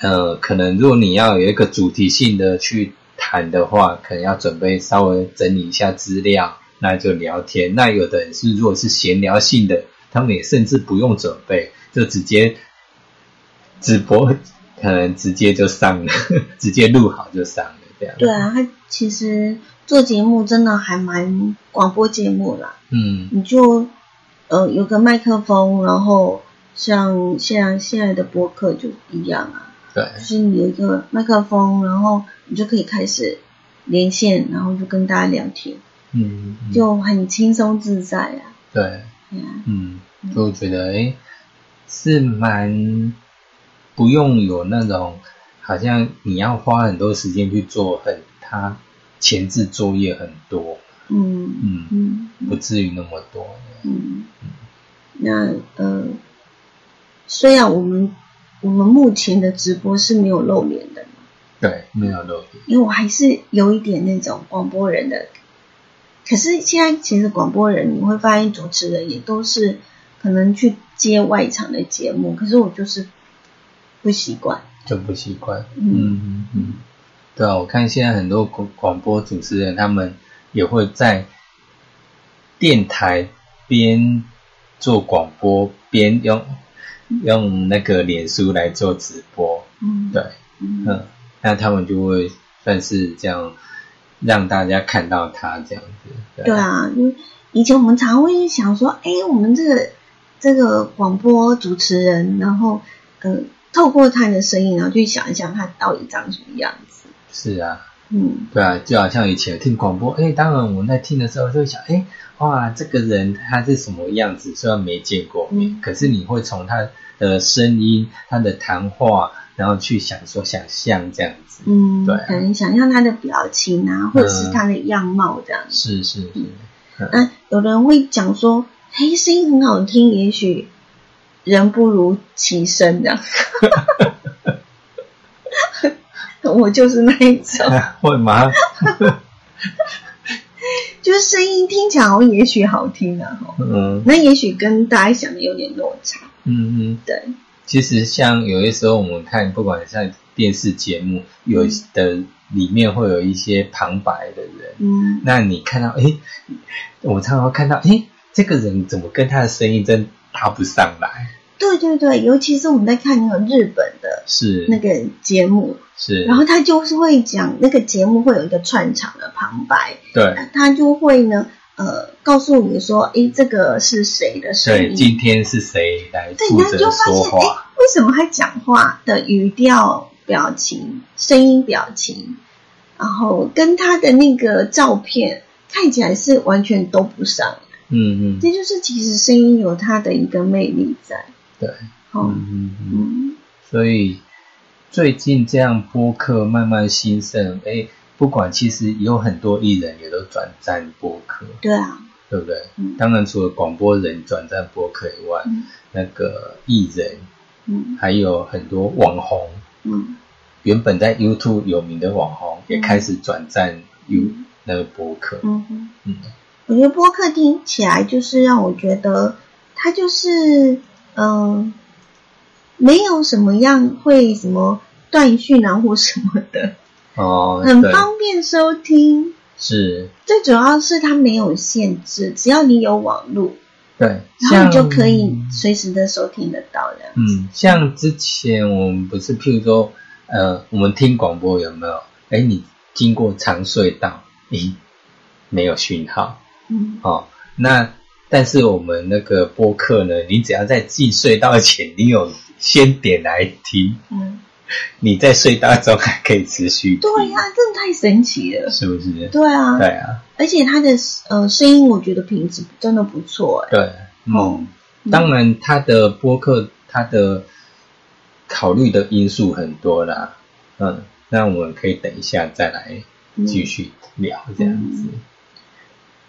[SPEAKER 1] 呃，可能如果你要有一个主题性的去谈的话，可能要准备稍微整理一下资料，那就聊天。那有的人是如果是闲聊性的，他们也甚至不用准备，就直接直播，可能直接就上了， 直接录好就上了这样。
[SPEAKER 2] 对啊，他其实做节目真的还蛮广播节目啦，
[SPEAKER 1] 嗯，
[SPEAKER 2] 你就呃有个麦克风，然后像像现在的播客就一样啊，
[SPEAKER 1] 对，
[SPEAKER 2] 就是你有一个麦克风，然后你就可以开始连线，然后就跟大家聊天，
[SPEAKER 1] 嗯，嗯
[SPEAKER 2] 就很轻松自在啊。
[SPEAKER 1] 对。
[SPEAKER 2] 对啊，
[SPEAKER 1] 嗯，就会觉得哎、诶是蛮不用有那种好像你要花很多时间去做很，它前置作业很多，
[SPEAKER 2] 嗯
[SPEAKER 1] 嗯，
[SPEAKER 2] 嗯
[SPEAKER 1] 不至于那么多。
[SPEAKER 2] 嗯，那呃，虽然我们我们目前的直播是没有露脸的嘛，
[SPEAKER 1] 对，没有漏点。
[SPEAKER 2] 因为我还是有一点那种广播人的。可是现在其实广播人，你会发现主持人也都是可能去接外场的节目，可是我就是不习惯。
[SPEAKER 1] 就不习惯。
[SPEAKER 2] 嗯
[SPEAKER 1] 嗯嗯，对啊，我看现在很多广广播主持人他们也会在电台边做广播边用用那个脸书来做直播，
[SPEAKER 2] 嗯，
[SPEAKER 1] 对。
[SPEAKER 2] 嗯，
[SPEAKER 1] 嗯，那他们就会算是这样让大家看到他这样子。
[SPEAKER 2] 对，啊，因为以前我们常会想说，哎，我们这个这个广播主持人，然后呃，透过他的声音，然后去想一想他到底长什么样子。
[SPEAKER 1] 是啊，
[SPEAKER 2] 嗯，
[SPEAKER 1] 对啊，就好像以前听广播，哎，当然我们在听的时候就会想，哎，哇，这个人他是什么样子？虽然没见过面，
[SPEAKER 2] 嗯
[SPEAKER 1] 可是你会从他的声音、他的谈话，然后去想说想象这样子。
[SPEAKER 2] 嗯，
[SPEAKER 1] 对啊
[SPEAKER 2] 可能想象他的表情啊，或者是
[SPEAKER 1] 嗯
[SPEAKER 2] 他的样貌这样子。
[SPEAKER 1] 是是是，
[SPEAKER 2] 那、呃有人会讲说，嘿，声音很好听，也许人不如其声这样。我就是那一种，
[SPEAKER 1] 会吗？
[SPEAKER 2] 就是声音听起来好像也许好听啊，吼
[SPEAKER 1] 嗯
[SPEAKER 2] 那也许跟大家想的有点落差，
[SPEAKER 1] 嗯嗯。
[SPEAKER 2] 对，
[SPEAKER 1] 其实像有些时候我们看，不管像电视节目，有
[SPEAKER 2] 嗯
[SPEAKER 1] 的里面会有一些旁白的人，
[SPEAKER 2] 嗯，
[SPEAKER 1] 那你看到，诶，我常常看到，诶，这个人怎么跟他的声音真搭不上来？
[SPEAKER 2] 对对对，尤其是我们在看那个日本的
[SPEAKER 1] 是
[SPEAKER 2] 那个节目，
[SPEAKER 1] 是，
[SPEAKER 2] 然后他就是会讲那个节目会有一个串场的旁白，
[SPEAKER 1] 对
[SPEAKER 2] 他就会呢，呃，告诉你说，诶，这个是谁的声
[SPEAKER 1] 对，
[SPEAKER 2] 音，啊
[SPEAKER 1] 今天是谁来
[SPEAKER 2] 对，
[SPEAKER 1] 负
[SPEAKER 2] 那你
[SPEAKER 1] 责
[SPEAKER 2] 就发
[SPEAKER 1] 说
[SPEAKER 2] 现，诶，
[SPEAKER 1] 话？
[SPEAKER 2] 为什么他讲话的语调、表情、声音、表情，然后跟他的那个照片看起来是完全都不上。
[SPEAKER 1] 嗯嗯
[SPEAKER 2] 这就是其实声音有它的一个魅力在。
[SPEAKER 1] 对，
[SPEAKER 2] 哦，
[SPEAKER 1] 嗯嗯嗯，
[SPEAKER 2] 嗯
[SPEAKER 1] 所以最近这样播客慢慢兴盛，诶，不管其实有很多艺人也都转战播客，
[SPEAKER 2] 对啊，
[SPEAKER 1] 对不对？
[SPEAKER 2] 嗯
[SPEAKER 1] 当然，除了广播人转战播客以外，
[SPEAKER 2] 嗯
[SPEAKER 1] 那个艺人
[SPEAKER 2] 嗯
[SPEAKER 1] 还有很多网红，
[SPEAKER 2] 嗯
[SPEAKER 1] 原本在 YouTube 有名的网红也开始转战 You、
[SPEAKER 2] 嗯
[SPEAKER 1] 那个播客。
[SPEAKER 2] 嗯哼，
[SPEAKER 1] 嗯
[SPEAKER 2] 我觉得播客听起来就是让我觉得它就是嗯、呃没有什么样会什么断讯啊或什么的，
[SPEAKER 1] 哦，
[SPEAKER 2] 很
[SPEAKER 1] 对，
[SPEAKER 2] 方便收听。
[SPEAKER 1] 是，
[SPEAKER 2] 最主要是它没有限制，只要你有网络，
[SPEAKER 1] 对，
[SPEAKER 2] 然后你就
[SPEAKER 1] 像
[SPEAKER 2] 可以随时的收听得到的。
[SPEAKER 1] 嗯，像之前我们不是，譬如说，呃，我们听广播有没有？哎，你经过长隧道，咦，没有讯号，
[SPEAKER 2] 嗯，
[SPEAKER 1] 哦，那但是我们那个播客呢，你只要在进隧道前，你有先点来听，
[SPEAKER 2] 嗯
[SPEAKER 1] 你在隧道中还可以持续听
[SPEAKER 2] 对呀、真的太神奇了。
[SPEAKER 1] 是不是？
[SPEAKER 2] 对啊，
[SPEAKER 1] 嗯对啊，
[SPEAKER 2] 而且他的呃声音，我觉得品质真的不错哎、
[SPEAKER 1] 对，
[SPEAKER 2] 哦
[SPEAKER 1] 嗯，当然它的播客它的考虑的因素很多啦，嗯，那我们可以等一下再来
[SPEAKER 2] 嗯
[SPEAKER 1] 继续聊这样子，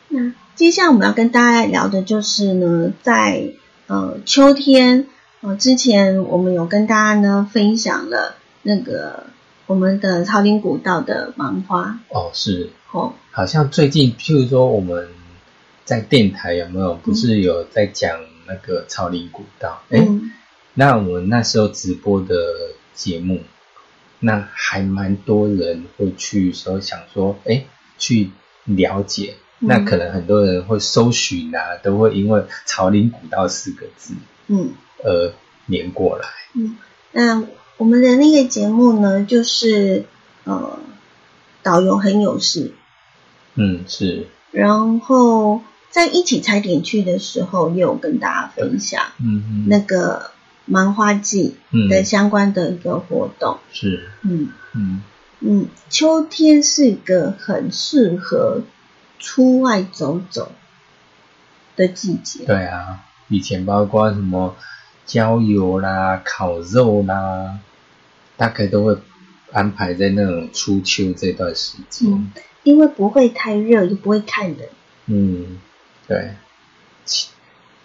[SPEAKER 2] 那接下来我们要跟大家聊的就是呢，在呃秋天哦，之前我们有跟大家呢分享了那个我们的草林古道的芒花
[SPEAKER 1] 哦，是，
[SPEAKER 2] 哦，
[SPEAKER 1] 好像最近，譬如说我们在电台有没有，不是有在讲那个草林古道？哎、
[SPEAKER 2] 嗯，
[SPEAKER 1] 那我们那时候直播的节目，那还蛮多人会去说想说，哎，去了解。
[SPEAKER 2] 嗯
[SPEAKER 1] 那可能很多人会搜寻啊，都会因为“朝林古道”四个字
[SPEAKER 2] 嗯
[SPEAKER 1] 而连过来。
[SPEAKER 2] 那我们的那个节目呢，就是呃，导游很有事，
[SPEAKER 1] 嗯，是，
[SPEAKER 2] 然后在一起踩点去的时候，也有跟大家分享
[SPEAKER 1] 嗯，
[SPEAKER 2] 那个芒花季的
[SPEAKER 1] 嗯
[SPEAKER 2] 相关的一个活动。
[SPEAKER 1] 是，
[SPEAKER 2] 嗯
[SPEAKER 1] 嗯
[SPEAKER 2] 嗯，秋天是一个很适合出外走走的季节。
[SPEAKER 1] 对啊，以前包括什么郊游啦、烤肉啦，大概都会安排在那种初秋这段时间。
[SPEAKER 2] 嗯因为不会太热，也不会太冷。
[SPEAKER 1] 嗯，对，气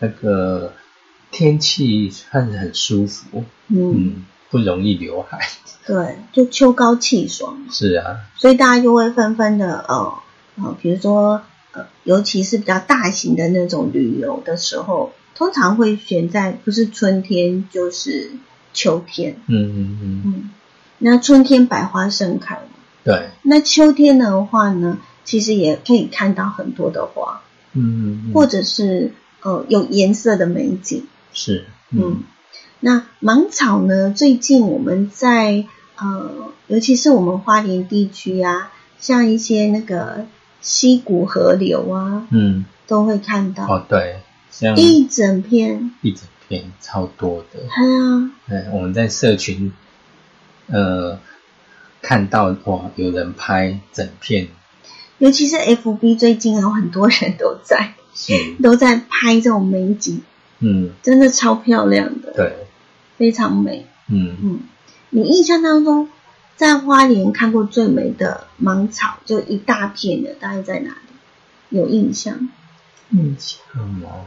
[SPEAKER 1] 那个天气算是很舒服，
[SPEAKER 2] 嗯，
[SPEAKER 1] 嗯，不容易流汗。
[SPEAKER 2] 对，就秋高气爽，
[SPEAKER 1] 是啊，
[SPEAKER 2] 所以大家就会纷纷的呃呃，比如说呃，尤其是比较大型的那种旅游的时候，通常会选在不是春天就是秋天。
[SPEAKER 1] 嗯嗯嗯，
[SPEAKER 2] 嗯，那春天百花盛开嘛
[SPEAKER 1] 对，
[SPEAKER 2] 那秋天的话呢，其实也可以看到很多的花，
[SPEAKER 1] 嗯嗯，嗯
[SPEAKER 2] 或者是呃有颜色的美景。
[SPEAKER 1] 是，
[SPEAKER 2] 嗯，那芒草呢，最近我们在呃，尤其是我们花莲地区啊，像一些那个溪谷河流啊，
[SPEAKER 1] 嗯，
[SPEAKER 2] 都会看到、
[SPEAKER 1] 哦对，像
[SPEAKER 2] 一整片。
[SPEAKER 1] 一整片超多的，
[SPEAKER 2] 哎呀，
[SPEAKER 1] 对，我们在社群，呃，看到哇，有人拍整片，
[SPEAKER 2] 尤其是 FB 最近有很多人都在
[SPEAKER 1] 是，
[SPEAKER 2] 都在拍这种美景，
[SPEAKER 1] 嗯，
[SPEAKER 2] 真的超漂亮的，
[SPEAKER 1] 对，
[SPEAKER 2] 非常美。
[SPEAKER 1] 嗯，
[SPEAKER 2] 嗯，你印象当中在花莲看过最美的芒草，就一大片的，大概在哪里？有印象？
[SPEAKER 1] 印象哦，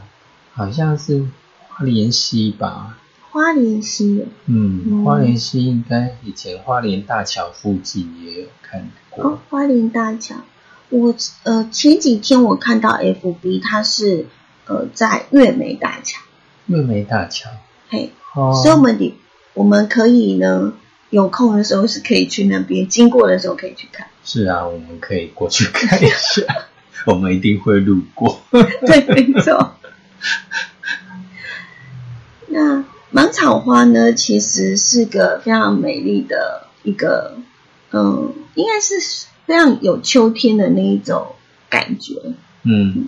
[SPEAKER 1] 好像是花莲溪吧，
[SPEAKER 2] 花莲溪有嗯
[SPEAKER 1] 嗯，花莲溪应该以前花莲大桥附近也有看
[SPEAKER 2] 哦
[SPEAKER 1] 过，，
[SPEAKER 2] 花莲大桥。我呃前几天我看到 FB，它是呃在月眉大桥，
[SPEAKER 1] 月眉大桥。
[SPEAKER 2] 嘿，
[SPEAKER 1] 哦，
[SPEAKER 2] 所以我们里我们可以呢有空的时候是可以去那边，经过的时候可以去看。
[SPEAKER 1] 是啊，我们可以过去看一下，我们一定会路过。
[SPEAKER 2] 对，没错。那芒草花呢，其实是个非常美丽的一个，嗯，应该是非常有秋天的那一种感觉。
[SPEAKER 1] 嗯，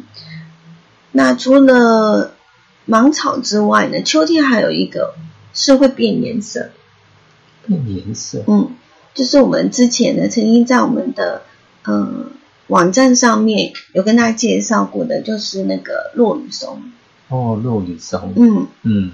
[SPEAKER 2] 那除了芒草之外呢，秋天还有一个是会变颜色的，
[SPEAKER 1] 变颜色，
[SPEAKER 2] 嗯，就是我们之前呢曾经在我们的嗯网站上面有跟大家介绍过的，就是那个落羽松，
[SPEAKER 1] 哦，落雨松，
[SPEAKER 2] 嗯。
[SPEAKER 1] 嗯，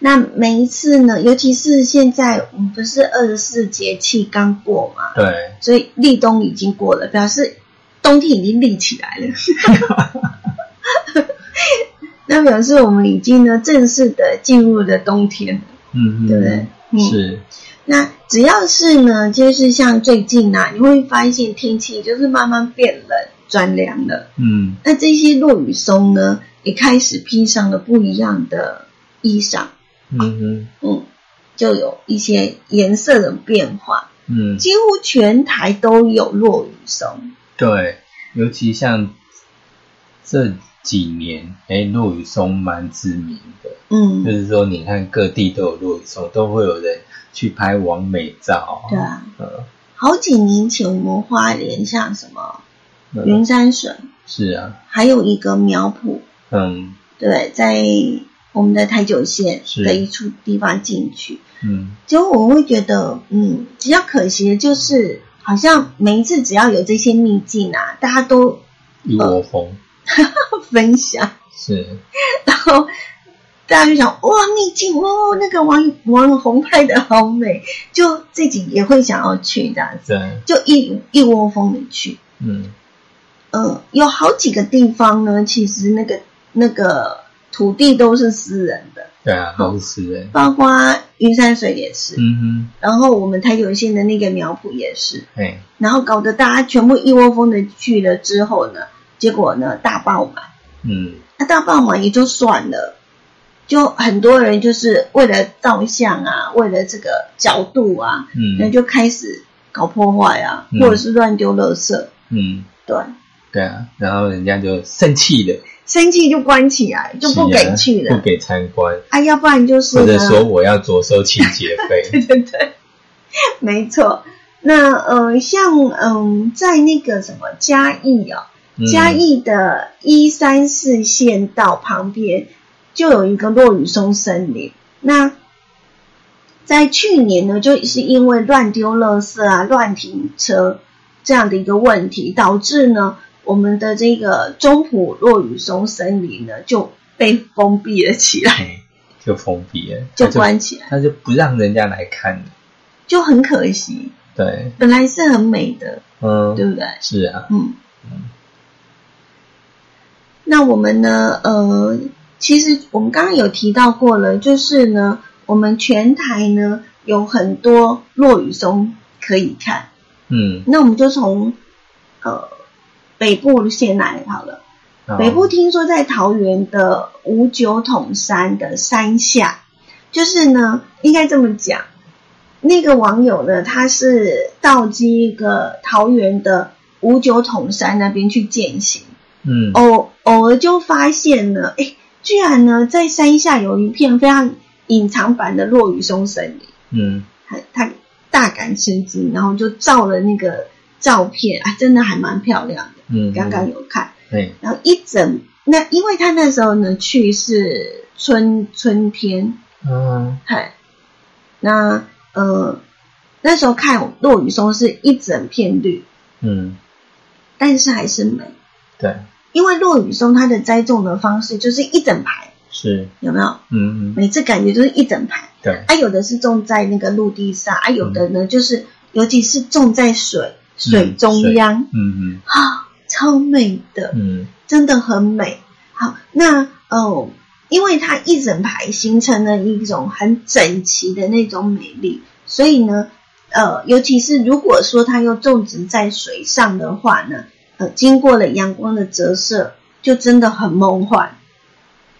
[SPEAKER 2] 那每一次呢，尤其是现在我们不是二十四节气刚过嘛，
[SPEAKER 1] 对，
[SPEAKER 2] 所以立冬已经过了，表示冬天已经立起来了。 那表示我们已经呢正式的进入了冬天了。
[SPEAKER 1] 嗯，
[SPEAKER 2] 对不对嗯
[SPEAKER 1] 是，
[SPEAKER 2] 那只要是呢，就是像最近啊，你会发现天气就是慢慢变冷转凉了。
[SPEAKER 1] 嗯，
[SPEAKER 2] 那这些落羽松呢，也开始披上了不一样的衣裳。
[SPEAKER 1] 嗯嗯
[SPEAKER 2] 嗯，就有一些颜色的变化，
[SPEAKER 1] 嗯，
[SPEAKER 2] 几乎全台都有落羽松。
[SPEAKER 1] 对，尤其像这几年，哎，落雨松蛮知名的，
[SPEAKER 2] 嗯，
[SPEAKER 1] 就是说，你看各地都有落雨松，都会有人去拍完美照。
[SPEAKER 2] 对啊，
[SPEAKER 1] 呃，
[SPEAKER 2] 好几年前我们花莲像什么
[SPEAKER 1] 嗯
[SPEAKER 2] 云山水，
[SPEAKER 1] 是啊，
[SPEAKER 2] 还有一个苗圃，
[SPEAKER 1] 嗯
[SPEAKER 2] 对，在我们的台九线
[SPEAKER 1] 是
[SPEAKER 2] 的一处地方进去，
[SPEAKER 1] 嗯，
[SPEAKER 2] 结果我会觉得，嗯，比较可惜的就是，好像每一次只要有这些秘境啊，大家都
[SPEAKER 1] 一窝蜂
[SPEAKER 2] 分享。
[SPEAKER 1] 嗯是，
[SPEAKER 2] 然后大家就想哇秘境哦，那个王王红拍的好美，就自己也会想要去这样子，
[SPEAKER 1] 对，
[SPEAKER 2] 就一一窝蜂的去。
[SPEAKER 1] 嗯
[SPEAKER 2] 嗯，有好几个地方呢，其实那个那个土地都是私人的，
[SPEAKER 1] 对啊，都是私人。
[SPEAKER 2] 包括云山水也是，
[SPEAKER 1] 嗯
[SPEAKER 2] 然后我们台九线的那个苗圃也是，
[SPEAKER 1] 哼，哎，
[SPEAKER 2] 然后搞得大家全部一窝蜂的去了之后呢，结果呢大爆满，
[SPEAKER 1] 嗯，
[SPEAKER 2] 那大爆满也就算了，就很多人就是为了照相啊，为了这个角度啊，那
[SPEAKER 1] 嗯，
[SPEAKER 2] 就开始搞破坏啊，
[SPEAKER 1] 嗯
[SPEAKER 2] 或者是乱丢垃圾，
[SPEAKER 1] 嗯，
[SPEAKER 2] 对，
[SPEAKER 1] 对啊，然后人家就生气了，
[SPEAKER 2] 生气就关起来，就不给去
[SPEAKER 1] 是啊
[SPEAKER 2] 了
[SPEAKER 1] 不，给参观，
[SPEAKER 2] 啊，要不然就是
[SPEAKER 1] 或者
[SPEAKER 2] 呢，
[SPEAKER 1] 说我要着收清洁 费，
[SPEAKER 2] 没错。那呃，像嗯，在那个什么嘉义哦，
[SPEAKER 1] 嗯
[SPEAKER 2] 嘉义的一三四县道旁边就有一个落雨松森林。那在去年呢，就是因为乱丢垃圾啊、乱停车这样的一个问题，导致呢我们的这个中埔落雨松森林呢就被封闭了起来，
[SPEAKER 1] 哎就封闭了，
[SPEAKER 2] 就
[SPEAKER 1] 他
[SPEAKER 2] 关起来，
[SPEAKER 1] 他就不让人家来看了，
[SPEAKER 2] 就很可惜。
[SPEAKER 1] 对，
[SPEAKER 2] 本来是很美的，对
[SPEAKER 1] 嗯，
[SPEAKER 2] 不对？
[SPEAKER 1] 是啊，
[SPEAKER 2] 嗯，那我们呢？呃，其实我们刚刚有提到过了，就是呢，我们全台呢有很多落雨松可以看。
[SPEAKER 1] 嗯，
[SPEAKER 2] 那我们就从呃北部先来好了。
[SPEAKER 1] 然后
[SPEAKER 2] 北部听说在桃园的五九桶山的山下，就是呢，应该这么讲，那个网友呢，他是到这个桃园的五九桶山那边去践行，
[SPEAKER 1] 嗯，
[SPEAKER 2] 偶偶尔就发现呢，哎，居然呢在山下有一片非常隐藏版的落雨松森林，
[SPEAKER 1] 嗯，
[SPEAKER 2] 他他大感吃惊，然后就照了那个照片，啊，真的还蛮漂亮的，
[SPEAKER 1] 嗯，
[SPEAKER 2] 刚刚有看。
[SPEAKER 1] 哎，
[SPEAKER 2] 然后一整那，因为他那时候呢去是春春天，
[SPEAKER 1] 嗯，
[SPEAKER 2] 嗨，那呃那时候看落雨松是一整片绿，
[SPEAKER 1] 嗯，
[SPEAKER 2] 但是还是美，
[SPEAKER 1] 对，
[SPEAKER 2] 因为落雨松它的栽种的方式就是一整排，
[SPEAKER 1] 是，
[SPEAKER 2] 有没有？
[SPEAKER 1] 嗯，嗯
[SPEAKER 2] 每次感觉就是一整排，
[SPEAKER 1] 对，
[SPEAKER 2] 啊，有的是种在那个陆地上，啊，有的呢就是尤其是种在水水中央、
[SPEAKER 1] 嗯嗯
[SPEAKER 2] 啊，超美的，
[SPEAKER 1] 嗯，
[SPEAKER 2] 真的很美。好，那哦，因为它一整排形成了一种很整齐的那种美丽，所以呢，呃，尤其是如果说它又种植在水上的话呢，呃，经过了阳光的折射，就真的很梦幻。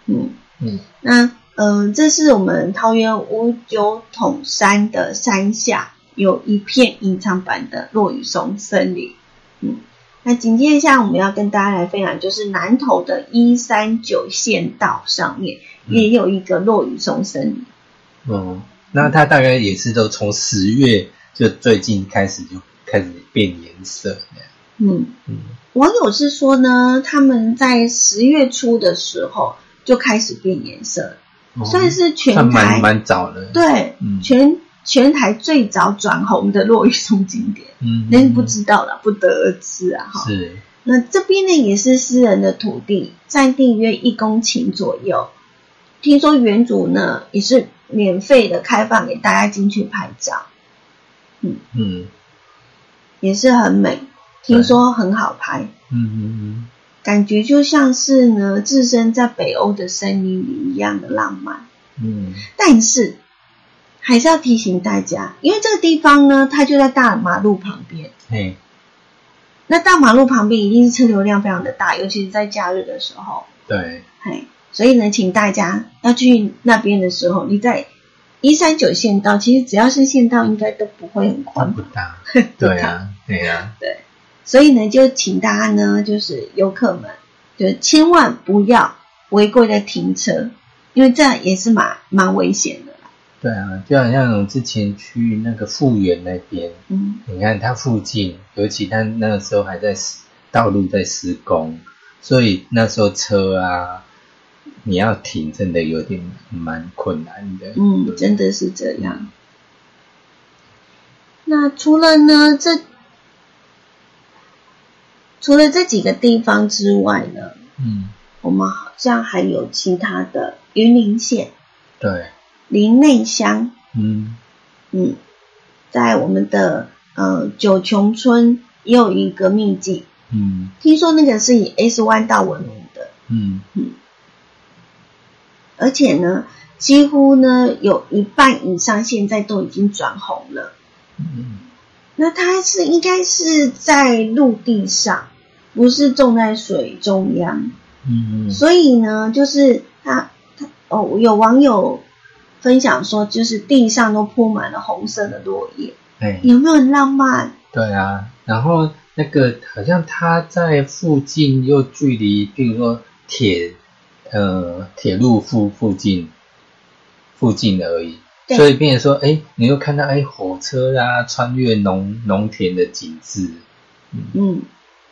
[SPEAKER 2] 嗯
[SPEAKER 1] 嗯，
[SPEAKER 2] 那呃，这是我们桃园五九桶山的山下有一片隐藏版的落羽松森林。那紧接下来我们要跟大家来分享，就是南投的一三九县道上面
[SPEAKER 1] 嗯
[SPEAKER 2] 也有一个落雨松森林，
[SPEAKER 1] 哦，那它大概也是都从十月就最近开始就开始变颜色这样，
[SPEAKER 2] 嗯，
[SPEAKER 1] 嗯
[SPEAKER 2] 网友是说呢，他们在十月初的时候就开始变颜色了，
[SPEAKER 1] 哦，
[SPEAKER 2] 算是
[SPEAKER 1] 算
[SPEAKER 2] 全
[SPEAKER 1] 蛮
[SPEAKER 2] 台
[SPEAKER 1] 蛮早的，，
[SPEAKER 2] 对、
[SPEAKER 1] 嗯
[SPEAKER 2] 全全台最早转红的落雨松景点，
[SPEAKER 1] 嗯，
[SPEAKER 2] 但是不知道啦，不得而知啊哈。
[SPEAKER 1] 是，
[SPEAKER 2] 那这边呢也是私人的土地，占地约一公顷左右。听说原主呢也是免费的开放给大家进去拍照，
[SPEAKER 1] 嗯
[SPEAKER 2] 也是很美，听说很好拍，
[SPEAKER 1] 嗯嗯
[SPEAKER 2] 感觉就像是呢置身在北欧的森林里一样的浪漫。
[SPEAKER 1] 嗯
[SPEAKER 2] 但是还是要提醒大家，因为这个地方呢，它就在大马路旁边。
[SPEAKER 1] 嗯，哎，
[SPEAKER 2] 那大马路旁边一定是车流量非常的大，尤其是在假日的时候。
[SPEAKER 1] 对，
[SPEAKER 2] 嘿，所以呢，请大家要去那边的时候，你在一三九县道，其实只要是县道，应该都不会很
[SPEAKER 1] 它
[SPEAKER 2] 宽
[SPEAKER 1] 不
[SPEAKER 2] 吧。
[SPEAKER 1] 大，
[SPEAKER 2] 不
[SPEAKER 1] 对啊，对啊，
[SPEAKER 2] 所以呢，就请大家呢，就是游客们，就千万不要违规的停车，因为这样也是蛮蛮危险的啦。
[SPEAKER 1] 对啊，就好像我之前去那个复原那边，
[SPEAKER 2] 嗯，
[SPEAKER 1] 你看它附近，尤其它那个时候还在施道路在施工，所以那时候车啊，你要停真的有点蛮困难的。
[SPEAKER 2] 嗯，真的是这样。那除了呢这除了这几个地方之外呢，
[SPEAKER 1] 嗯，
[SPEAKER 2] 我们好像还有其他的云林县
[SPEAKER 1] 对，
[SPEAKER 2] 林内乡，
[SPEAKER 1] 嗯
[SPEAKER 2] 嗯，在我们的呃九琼村也有一个秘境，
[SPEAKER 1] 嗯
[SPEAKER 2] 听说那个是以 S 弯道闻名的，
[SPEAKER 1] 嗯
[SPEAKER 2] 而且呢，几乎呢有一半以上现在都已经转红了。
[SPEAKER 1] 嗯
[SPEAKER 2] 那它是应该是在陆地上，不是种在水中央。
[SPEAKER 1] 嗯
[SPEAKER 2] 所以呢，就是它它哦，有网友分享说，就是地上都铺满了红色的落叶，
[SPEAKER 1] 哎，
[SPEAKER 2] 有没有很浪漫？
[SPEAKER 1] 对啊，然后那个好像他在附近又距离，比如说铁呃铁路附附近附近而已，
[SPEAKER 2] 对
[SPEAKER 1] 所以变成说，哎，你又看到哎火车啊穿越农农田的景致，
[SPEAKER 2] 嗯，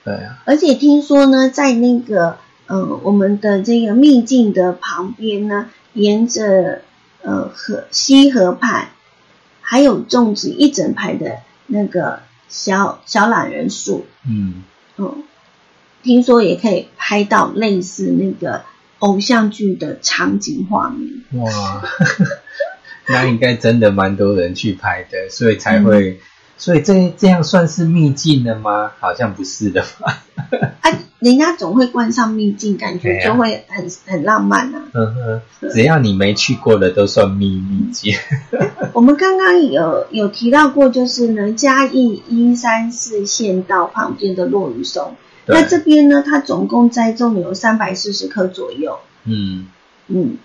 [SPEAKER 1] 对啊，
[SPEAKER 2] 而且听说呢，在那个呃我们的这个秘境的旁边呢，沿着呃河西河畔，还有种植一整排的那个小小懒人树。
[SPEAKER 1] 嗯，
[SPEAKER 2] 嗯，听说也可以拍到类似那个偶像剧的场景画面。
[SPEAKER 1] 哇， 那应该真的蛮多人去拍的，所以才会，所以这这样算是秘境了吗？好像不是的吧，
[SPEAKER 2] 啊，人家总会关上秘境，感
[SPEAKER 1] 对
[SPEAKER 2] 觉
[SPEAKER 1] 啊
[SPEAKER 2] 就会很、很浪漫啊。
[SPEAKER 1] 呵呵，嗯只要你没去过的都算秘密境。
[SPEAKER 2] 我们刚刚有有提到过，就是呢，嘉义一三四县道旁边的落羽松，
[SPEAKER 1] 对
[SPEAKER 2] 那这边呢，它总共栽种有三百四十棵左右，
[SPEAKER 1] 嗯，
[SPEAKER 2] 嗯，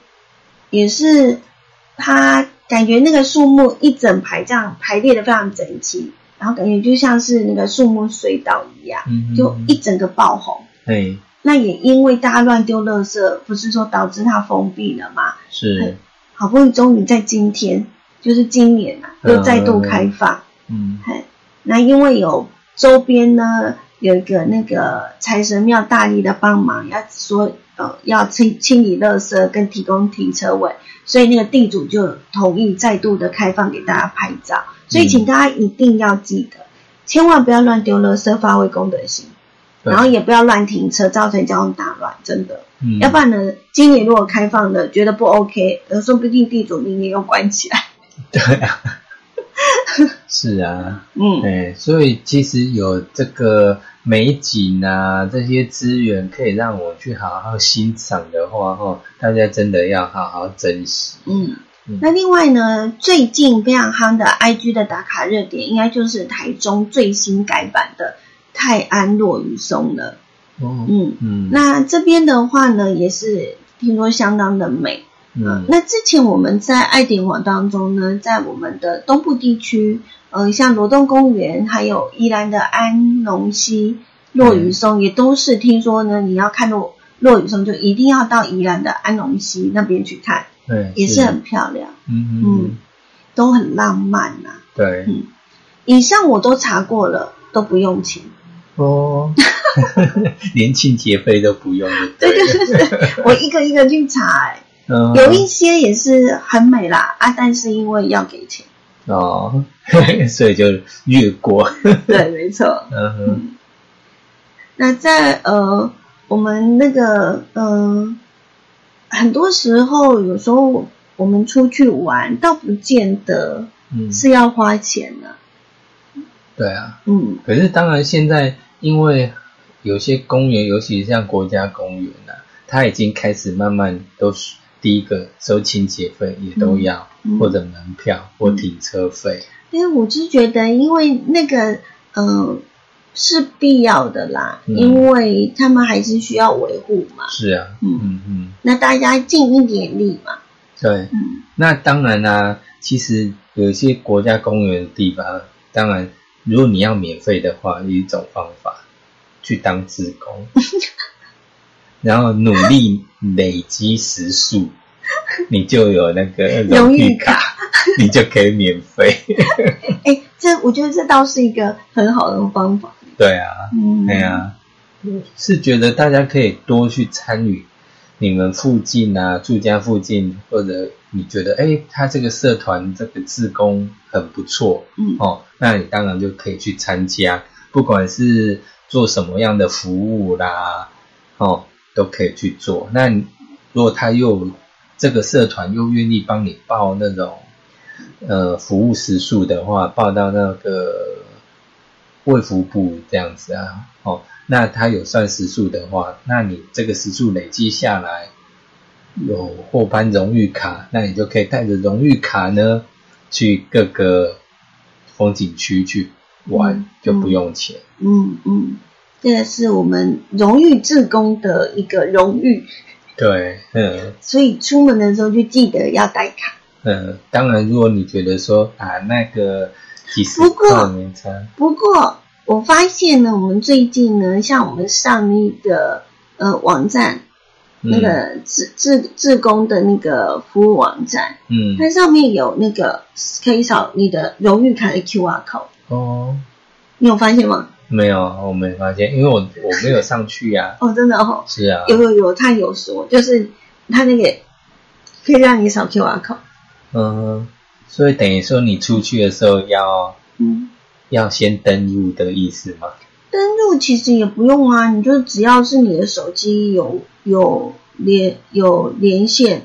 [SPEAKER 2] 也是它感觉那个树木一整排这样排列的非常整齐，然后感觉就像是那个树木隧道一样，
[SPEAKER 1] 嗯
[SPEAKER 2] 就一整个爆红。
[SPEAKER 1] 对，
[SPEAKER 2] 那也因为大家乱丢垃圾，不是说导致它封闭了吗？
[SPEAKER 1] 是，
[SPEAKER 2] 好不容易终于在今天，就是今年啊，
[SPEAKER 1] 嗯
[SPEAKER 2] 又再度开放。
[SPEAKER 1] 嗯
[SPEAKER 2] 嘿，那因为有周边呢，有一个那个财神庙大力的帮忙，要说呃要清清理垃圾跟提供停车位，所以那个地主就同意再度的开放给大家拍照。所以
[SPEAKER 1] 嗯
[SPEAKER 2] 请大家一定要记得，千万不要乱丢垃圾，发挥公德心，
[SPEAKER 1] 对
[SPEAKER 2] 然后也不要乱停车，造成交通大乱，真的。
[SPEAKER 1] 嗯，
[SPEAKER 2] 要不然呢，今年如果开放了，觉得不 OK，呃，说不定地主明年又关起来。
[SPEAKER 1] 对啊， 是啊，
[SPEAKER 2] 嗯，
[SPEAKER 1] 对，所以其实有这个美景啊，这些资源可以让我去好好欣赏的话，哈，大家真的要好好珍惜。
[SPEAKER 2] 嗯
[SPEAKER 1] 嗯，
[SPEAKER 2] 那另外呢，最近非常夯的 IG 的打卡热点，应该就是台中最新改版的泰安落雨松了。
[SPEAKER 1] 哦，
[SPEAKER 2] 嗯，
[SPEAKER 1] 嗯，
[SPEAKER 2] 那这边的话呢，也是听说相当的美。
[SPEAKER 1] 嗯
[SPEAKER 2] 那之前我们在爱丁堡当中呢，在我们的东部地区，呃，像罗东公园，还有宜兰的安农溪落雨松，也都是听说呢，你要看落落雨松，就一定要到宜兰的安农溪那边去看，
[SPEAKER 1] 对，
[SPEAKER 2] 也是很漂亮。
[SPEAKER 1] 嗯嗯
[SPEAKER 2] 嗯，都很浪漫呐、
[SPEAKER 1] 对，
[SPEAKER 2] 嗯以上我都查过了，都不用钱。
[SPEAKER 1] 哦， 连清洁费都不用了，
[SPEAKER 2] 对对对对， 我一个一个去查、哎
[SPEAKER 1] 嗯，
[SPEAKER 2] 有一些也是很美啦啊，但是因为要给钱。
[SPEAKER 1] 哦， 所以就越过，
[SPEAKER 2] 对，没错。
[SPEAKER 1] 嗯哼，
[SPEAKER 2] 那在呃，我们那个呃，很多时候有时候我们出去玩，倒不见得
[SPEAKER 1] 嗯，
[SPEAKER 2] 是要花钱的、
[SPEAKER 1] 对啊，
[SPEAKER 2] 嗯
[SPEAKER 1] 可是当然，现在因为有些公园，尤其是像国家公园啊，它已经开始慢慢都是第一个收清洁费也都要，
[SPEAKER 2] 嗯嗯
[SPEAKER 1] 或者门票或停车费。
[SPEAKER 2] 因为我是觉得，因为那个呃是必要的啦，
[SPEAKER 1] 嗯
[SPEAKER 2] 因为他们还是需要维护嘛。
[SPEAKER 1] 是啊，
[SPEAKER 2] 嗯
[SPEAKER 1] 嗯嗯，
[SPEAKER 2] 那大家尽一点力嘛。
[SPEAKER 1] 对。
[SPEAKER 2] 嗯
[SPEAKER 1] 那当然啦、其实有一些国家公园的地方，当然如果你要免费的话，有一种方法，去当志 工，然后努力累积时 数，你就有那个荣誉卡， 你就可以免费。
[SPEAKER 2] 哎、这我觉得这倒是一个很好的方法。
[SPEAKER 1] 对啊，
[SPEAKER 2] 嗯，
[SPEAKER 1] 对啊，是觉得大家可以多去参与你们附近啊，住家附近，或者你觉得哎，诶他这个社团这个志工很不错
[SPEAKER 2] 嗯
[SPEAKER 1] 哦，那你当然就可以去参加，不管是做什么样的服务啦，哦，都可以去做。那你如果他又这个社团又愿意帮你报那种呃服务时数的话，报到那个卫福部这样子啊，哦，那他有算时数的话，那你这个时数累积下来，有获颁荣誉卡，那你就可以带着荣誉卡呢，去各个风景区去玩，
[SPEAKER 2] 嗯
[SPEAKER 1] 就不用钱。
[SPEAKER 2] 嗯嗯，这个是我们荣誉志工的一个荣誉，
[SPEAKER 1] 对，嗯
[SPEAKER 2] 所以出门的时候就记得要带卡。
[SPEAKER 1] 嗯，当然，如果你觉得说啊，那个几十
[SPEAKER 2] 不过
[SPEAKER 1] 块没差，
[SPEAKER 2] 不过我发现呢，我们最近呢，像我们上那个呃网站，那
[SPEAKER 1] 嗯
[SPEAKER 2] 个志志志工的那个服务网站，
[SPEAKER 1] 嗯
[SPEAKER 2] 它上面有那个可以扫你的荣誉卡的 QR code，
[SPEAKER 1] 哦，
[SPEAKER 2] 你有发现吗？
[SPEAKER 1] 没有，我没发现，因为我我没有上去呀、
[SPEAKER 2] 哦，真的哦，
[SPEAKER 1] 是啊，
[SPEAKER 2] 有有有，它有说，就是它那个可以让你扫 QR code，
[SPEAKER 1] 嗯，所以等于说你出去的时候要
[SPEAKER 2] 嗯。
[SPEAKER 1] 要先登录的意思吗？
[SPEAKER 2] 登录其实也不用啊，你就只要是你的手机有有连有连线，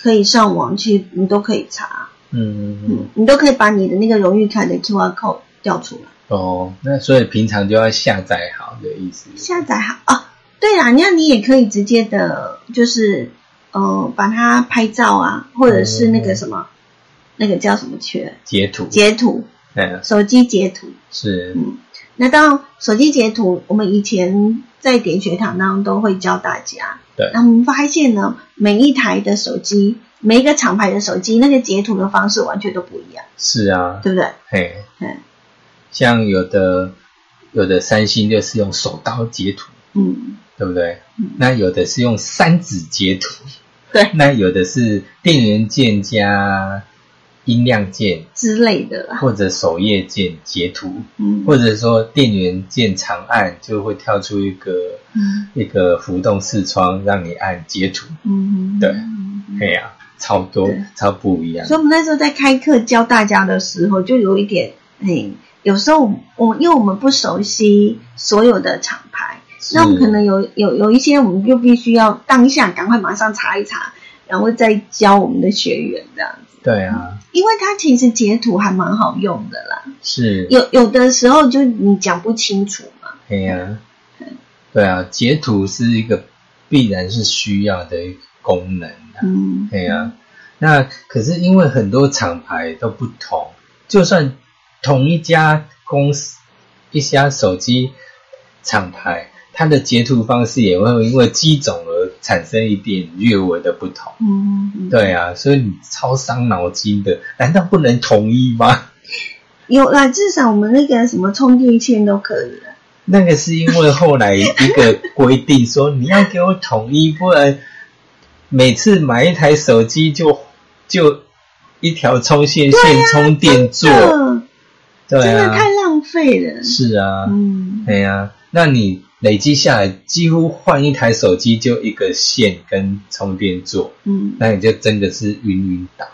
[SPEAKER 2] 可以上网去，你都可以查，
[SPEAKER 1] 嗯，
[SPEAKER 2] 嗯，你都可以把你的那个荣誉卡的 QR code 调出来，
[SPEAKER 1] 哦，那所以平常就要下载好的意思。
[SPEAKER 2] 下载好啊。对啦，那你也可以直接的，就是呃，把它拍照啊，或者是那个什么，那个叫什么去
[SPEAKER 1] 截图，
[SPEAKER 2] 截图，
[SPEAKER 1] 嗯，
[SPEAKER 2] 手机截图，
[SPEAKER 1] 是，
[SPEAKER 2] 嗯，那当然，手机截图，我们以前在点学堂当中都会教大家。
[SPEAKER 1] 对
[SPEAKER 2] 那我们发现呢，每一台的手机，每一个厂牌的手机，那个截图的方式完全都不一样，
[SPEAKER 1] 是啊，
[SPEAKER 2] 对不对？
[SPEAKER 1] 嘿，
[SPEAKER 2] 嗯
[SPEAKER 1] 像有的有的三星就是用手刀截图，
[SPEAKER 2] 嗯
[SPEAKER 1] 对不对？
[SPEAKER 2] 嗯
[SPEAKER 1] 那有的是用三指截图，
[SPEAKER 2] 对
[SPEAKER 1] 那有的是电源键加音量键
[SPEAKER 2] 之类的啦。
[SPEAKER 1] 或者首页键截图，
[SPEAKER 2] 嗯
[SPEAKER 1] 或者说电源键长按就会跳出一个
[SPEAKER 2] 嗯
[SPEAKER 1] 一个浮动视窗让你按截图，
[SPEAKER 2] 嗯，
[SPEAKER 1] 对
[SPEAKER 2] 嗯嗯
[SPEAKER 1] 哎呀、超多
[SPEAKER 2] 对
[SPEAKER 1] 超不一样
[SPEAKER 2] 所。以我们那时候在开课教大家的时候，就有一点，哎，有时候我因为我们不熟悉所有的厂牌，
[SPEAKER 1] 是
[SPEAKER 2] 那我们可能有有有一些，我们就必须要当下赶快马上查一查，然后再教我们的学员这样子，
[SPEAKER 1] 对啊，
[SPEAKER 2] 因为它其实截图还蛮好用的啦，
[SPEAKER 1] 是
[SPEAKER 2] 有有的时候就你讲不清楚嘛，
[SPEAKER 1] 哎呀，对啊，截图是一个必然是需要的一个功能啊。
[SPEAKER 2] 嗯，
[SPEAKER 1] 哎呀，那可是因为很多厂牌都不同，就算同一家公司一家手机厂牌，它的截图方式也会因为机种而产生一点略微的不同。
[SPEAKER 2] 嗯，嗯，
[SPEAKER 1] 对啊，所以你超伤脑筋的，难道不能统一吗？
[SPEAKER 2] 有啦，至少我们那个什么充电线都可以了，
[SPEAKER 1] 那个是因为后来一个规定说你要给我统一，不然每次买一台手机就就一条充线线充电座，
[SPEAKER 2] 嗯，
[SPEAKER 1] 对
[SPEAKER 2] 真的
[SPEAKER 1] 啊，
[SPEAKER 2] 太浪费了，
[SPEAKER 1] 是啊，
[SPEAKER 2] 嗯。
[SPEAKER 1] 哎呀、那你累积下来几乎换一台手机就一个线跟充电座，
[SPEAKER 2] 嗯
[SPEAKER 1] 那你就真的是晕晕倒，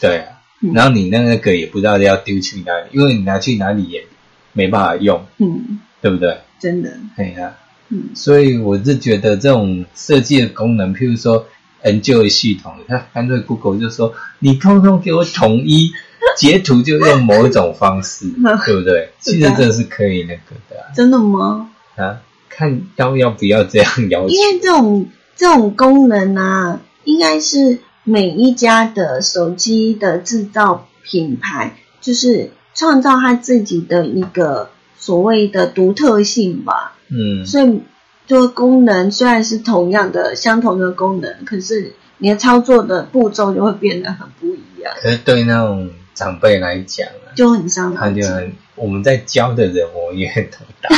[SPEAKER 1] 对啊，
[SPEAKER 2] 嗯
[SPEAKER 1] 然后你那个也不知道要丢去哪里，因为你拿去哪里也没办法用，
[SPEAKER 2] 嗯，
[SPEAKER 1] 对不对？
[SPEAKER 2] 真的，
[SPEAKER 1] 哎呀、
[SPEAKER 2] 嗯
[SPEAKER 1] 所以我是觉得这种设计的功能，譬如说 Enjoy 系统，它干脆 Google 就说你通通给我统一截图，就用某一种方 式，
[SPEAKER 2] 嗯
[SPEAKER 1] 对不对？
[SPEAKER 2] 是
[SPEAKER 1] 其
[SPEAKER 2] 的
[SPEAKER 1] 实这是可以那个的啊
[SPEAKER 2] 真的吗？
[SPEAKER 1] 啊，看要要不要这样要求
[SPEAKER 2] 因。为这种这种功能啊，应该是每一家的手机的制造品牌，就是创造它自己的一个所谓的独特性吧。
[SPEAKER 1] 嗯，
[SPEAKER 2] 所以，这个功能虽然是同样的、相同的功能，可是你的操作的步骤就会变得很不一样，
[SPEAKER 1] 可是对那种长辈来讲啊，
[SPEAKER 2] 就很伤脑
[SPEAKER 1] 他就
[SPEAKER 2] 筋。
[SPEAKER 1] 很我们在教的人，我也很头大。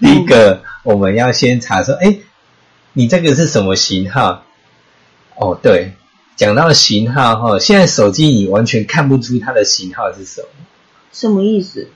[SPEAKER 1] 第一个，我们要先查说，哎，你这个是什么型号？哦，对，讲到型号哈，现在手机你完全看不出它的型号是什么。
[SPEAKER 2] 什么意思？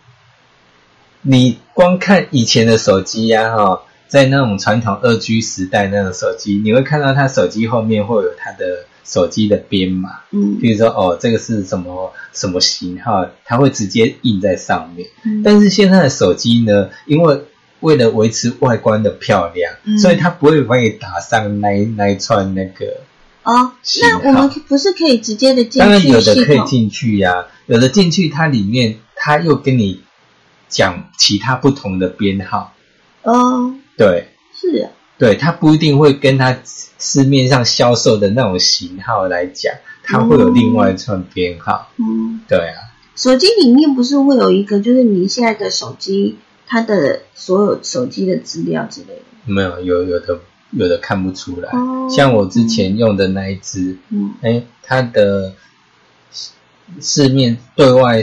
[SPEAKER 1] 你光看以前的手机呀、哈，在那种传统二 G 时代那种手机，你会看到它手机后面会有它的手机的编码，
[SPEAKER 2] 嗯，
[SPEAKER 1] 比如说哦，这个是什么什么型号，它会直接印在上面。
[SPEAKER 2] 嗯
[SPEAKER 1] 但是现在的手机呢，因为为了维持外观的漂亮，
[SPEAKER 2] 嗯
[SPEAKER 1] 所以它不会帮你打上那一那一串那个。
[SPEAKER 2] 哦，
[SPEAKER 1] 型
[SPEAKER 2] 那
[SPEAKER 1] 号
[SPEAKER 2] 我们不是可以直接的进
[SPEAKER 1] 当然
[SPEAKER 2] 去
[SPEAKER 1] 有的
[SPEAKER 2] 系
[SPEAKER 1] 可以
[SPEAKER 2] 统？
[SPEAKER 1] 进去呀、有的进去它里面它又跟你讲其他不同的编号，
[SPEAKER 2] 哦，
[SPEAKER 1] 对，
[SPEAKER 2] 是啊，
[SPEAKER 1] 对它不一定会跟它市面上销售的那种型号来讲，它会
[SPEAKER 2] 哦
[SPEAKER 1] 有另外一串编号。
[SPEAKER 2] 嗯，
[SPEAKER 1] 对啊，
[SPEAKER 2] 手机里面不是会有一个，就是你现在的手机它的所有手机的资料之类的。
[SPEAKER 1] 没有有有的有的看不出来，
[SPEAKER 2] 哦
[SPEAKER 1] 像我之前用的那一只，
[SPEAKER 2] 嗯
[SPEAKER 1] 哎，它的市市面对外